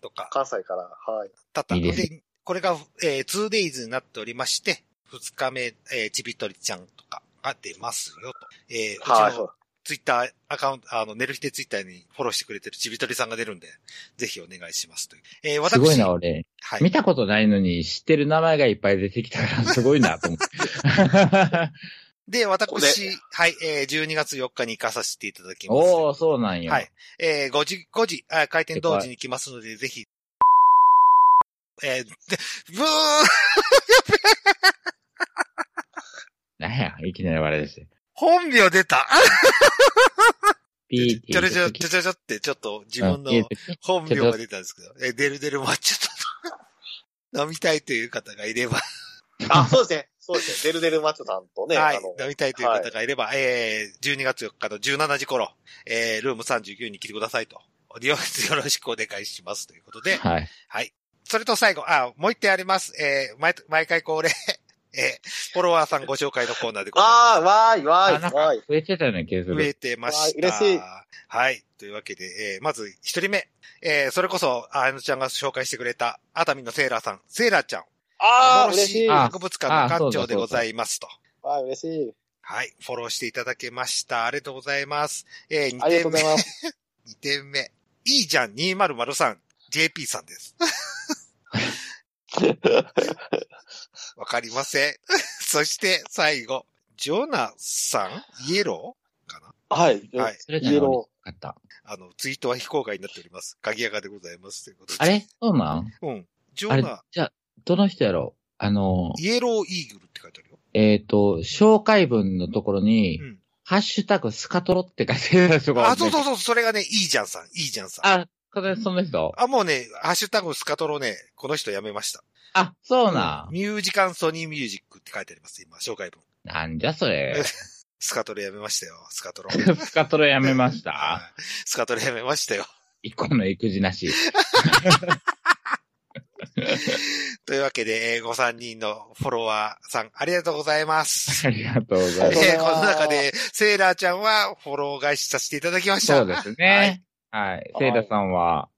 S1: とか。
S3: 関西から、はい。
S1: たった
S2: いいです
S1: で、これが、えー、2days になっておりまして、2日目、えー、ちびとりちゃんとかが出ますよと。えー、
S3: は
S1: う
S3: い
S1: ちの。ツイッターアカウント、あの、寝る日でツイッターにフォローしてくれてるちびとりさんが出るんで、ぜひお願いしますという。えー、私、
S2: すごいな、俺。
S1: は
S2: 見
S1: い。
S2: たことないのに知ってる名前がいっぱい出てきたからすごいなと思って。
S1: (laughs) で、
S3: ここ
S1: 私、はい、えー、12月4日に行かさせていただきます。
S2: おー、そうなんや。
S1: はい。えー、5時、5時、あ開店同時に来ますので、ぜひ、えー、で、ブー
S2: なんや、いきなり笑い出して。
S1: 本名出た
S2: ピーって
S1: じゃれ
S2: 入れ
S1: じゃ、
S2: た時。
S1: じゃじゃじゃって、ちょっと自分の
S2: うん入れた時
S1: 本名が出たんですけど、え、デルデル待っちょっと (laughs) 飲みたいという方がいれば、
S3: あ、そうですね。そうですね。デルデルマッチョさんとね、
S1: はい
S3: あの、、
S1: 飲みたいという方がいれば、えー、12月4日の17時頃、えー、ルーム39に来てくださいと。お利用よろしくお願いしますということで、
S2: はい。
S1: それと最後、あ、もう一点あります。えー、毎、毎回恒例、えー、フォロワーさんご紹介のコーナーでございます。
S3: あー、わーい、わ
S2: あ、
S3: ー
S2: なん
S3: い、わ
S2: か
S3: ーい。
S2: 増えてたような気がす
S1: 増
S2: る。
S1: えてました。
S3: わあ嬉しい
S1: はい。というわけで、えーまず一人目、えーそれこそ、あやのちゃんが紹介してくれた、熱海のセーラーさん、セーラーちゃん、
S3: あー、嬉
S1: 幻
S3: しい。
S2: あ
S3: わ
S1: 博物館の館長でございますと。
S3: ー、嬉しい。
S1: はい。フォローしていただけました。ありがとうございます。えー、2
S3: あり
S1: 点
S3: がとうご
S1: 目
S3: ざい、ます。
S1: 2点目。いいじゃん、2003、JP さん
S3: (laughs)
S1: です。わかりません。 (laughs) そして、最後、ジョナさんイエローかな
S3: (laughs) はい。
S1: はい
S2: それじゃ
S3: イエ
S2: な
S3: ロ
S2: かった。
S1: あの、ツイートは非公開になっております。鍵垢でございます。ということで。
S2: あれそうなん
S1: うん。ジョ
S2: あ
S1: ー
S2: れ
S1: ナ、
S2: じゃあ、どの人やろうあの、
S1: イエローイーグルって書いてあるよ。
S2: えっ、と、紹介文のところに、
S1: うん。
S2: ハッシュタグスカトロって書いてる人が
S1: あ、そうそう
S2: う。
S1: そう、それがね、いいじゃんさん、いいじゃんさん。あ、
S2: あ、これ、その人
S1: もうね、ハッシュタグスカトロね、この人やめました。
S2: あ、そうな
S1: ミュージカンソニーミュージックって書いてあります、今、紹介文。
S2: ん。なんじゃそれ。
S1: スカトロやめましたよ、スカ
S2: (laughs)
S1: トロ。
S2: スカトロやめまし
S1: は
S2: た。
S1: いスカトロやめましたよ。
S2: 一個の育児なし。
S1: というわけで、えーご3人のフォロワーさん、ありがとうございます。
S2: ありがとうござ
S1: え
S2: います。
S1: ーこの中で、セーラーちゃんはフォロー返しさせていただきました。
S2: そうですね。はい。セイラさんは、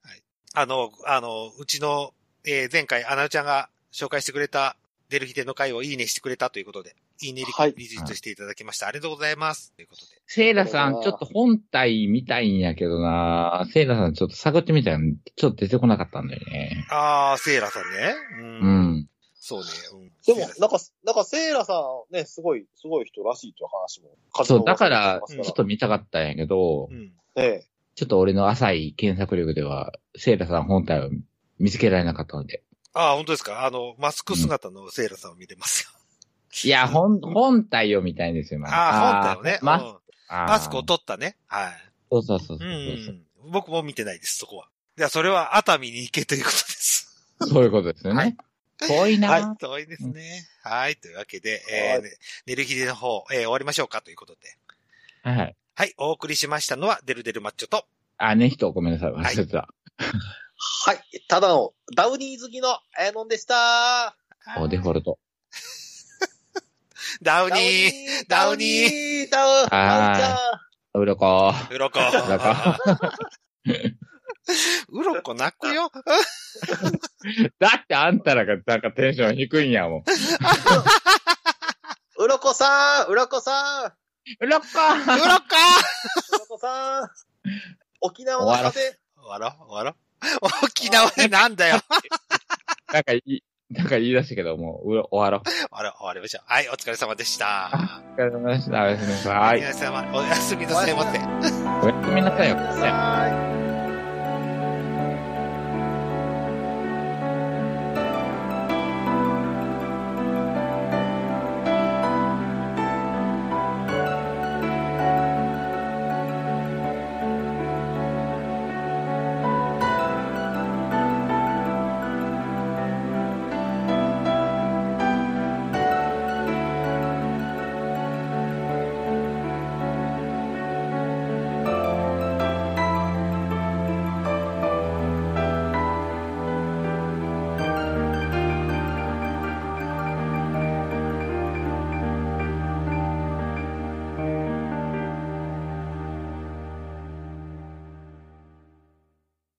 S1: あの、あの、うちの、えー前回、アナウちゃんが紹介してくれた、デルヒテの回をいいねしてくれたということで、いいねリ,、
S3: はい
S1: リツイートしていただきました。ありがとうございます。ということで。
S2: セイラさ
S3: こ
S2: ん、
S3: れ
S2: ち
S3: は
S2: ょっと本体見たいんやけどなセイラさん、ちょっと探ってみたら、ちょっと出てこなかったんだよね。
S1: あー、セーラさんね。うん。
S2: うん。
S1: そうね。うん、
S3: ー。でも
S1: セイ、ラ
S3: なんか、なんか、セイラさん、ね、すごい、すごい人らしいという話も。
S2: そう、だから、
S3: 活
S2: ち
S3: 動
S2: ょっ
S3: もされて
S2: と見たかったんやけど、
S1: うん。
S3: ます
S2: ちょっと俺の浅い検索力では、セイラさん本体を見つけられなかったので。
S1: あー、本当ですかあの、マスク姿のセーラさんを見れますよ。
S2: いや、本、本体を見たいんですよ、ま
S1: あー、本体をね。
S2: マ
S1: う
S2: ス
S1: ん
S2: あー
S1: マスクを取ったね。はい。
S2: そうそうそう
S1: う
S2: そう。
S1: ん。僕も見てないです、そこは。じゃあ、それは熱海に行けということです。
S2: そういうことですよ
S1: はい
S2: ね。遠い
S3: は
S2: な
S3: いう
S1: 遠いですね。はい。というわけで、
S3: は
S1: え
S3: い
S1: ー、寝る日での方、えー終わりましょうかということで。
S2: はい。
S1: はい。お送りしましたのは、デルデルマッチョと、
S2: あ、ね、人、ごめんなさい、忘れてた。
S3: はい。ただの、ダウニー好きの、えのんでした。
S2: おデフォルト。
S1: ダウ
S3: ダ
S1: ニー、
S3: ー
S1: ダ
S3: ダ
S1: ウ
S3: ウ
S1: ニ
S3: ニ
S1: ー
S3: ーダウニーダウ
S2: あー
S3: ニーちゃん
S2: うろこ。
S1: ウロコ。
S2: うろこ。
S1: (laughs) ウロコ泣くよ。
S2: だってあんたらがなんかテンション低いんやもん。
S3: うろこさんうろこさん
S2: うろ
S1: ウロ
S2: こ
S1: コ
S3: うろこさ
S1: (laughs)
S3: ん沖縄の風
S1: 終わろう、終わろう。沖縄でなんだよ。
S2: なんかいい、なんか言い出したけど、もう、うろ、終わろう。
S1: 終わろう、終わりましょう。はい。お疲れ様でした。
S2: お疲れ様でした。おやすみなさ
S1: お
S2: い。
S1: やすみなさいまおやすみなさいませ。
S2: おやすみなさいよ。
S3: さい。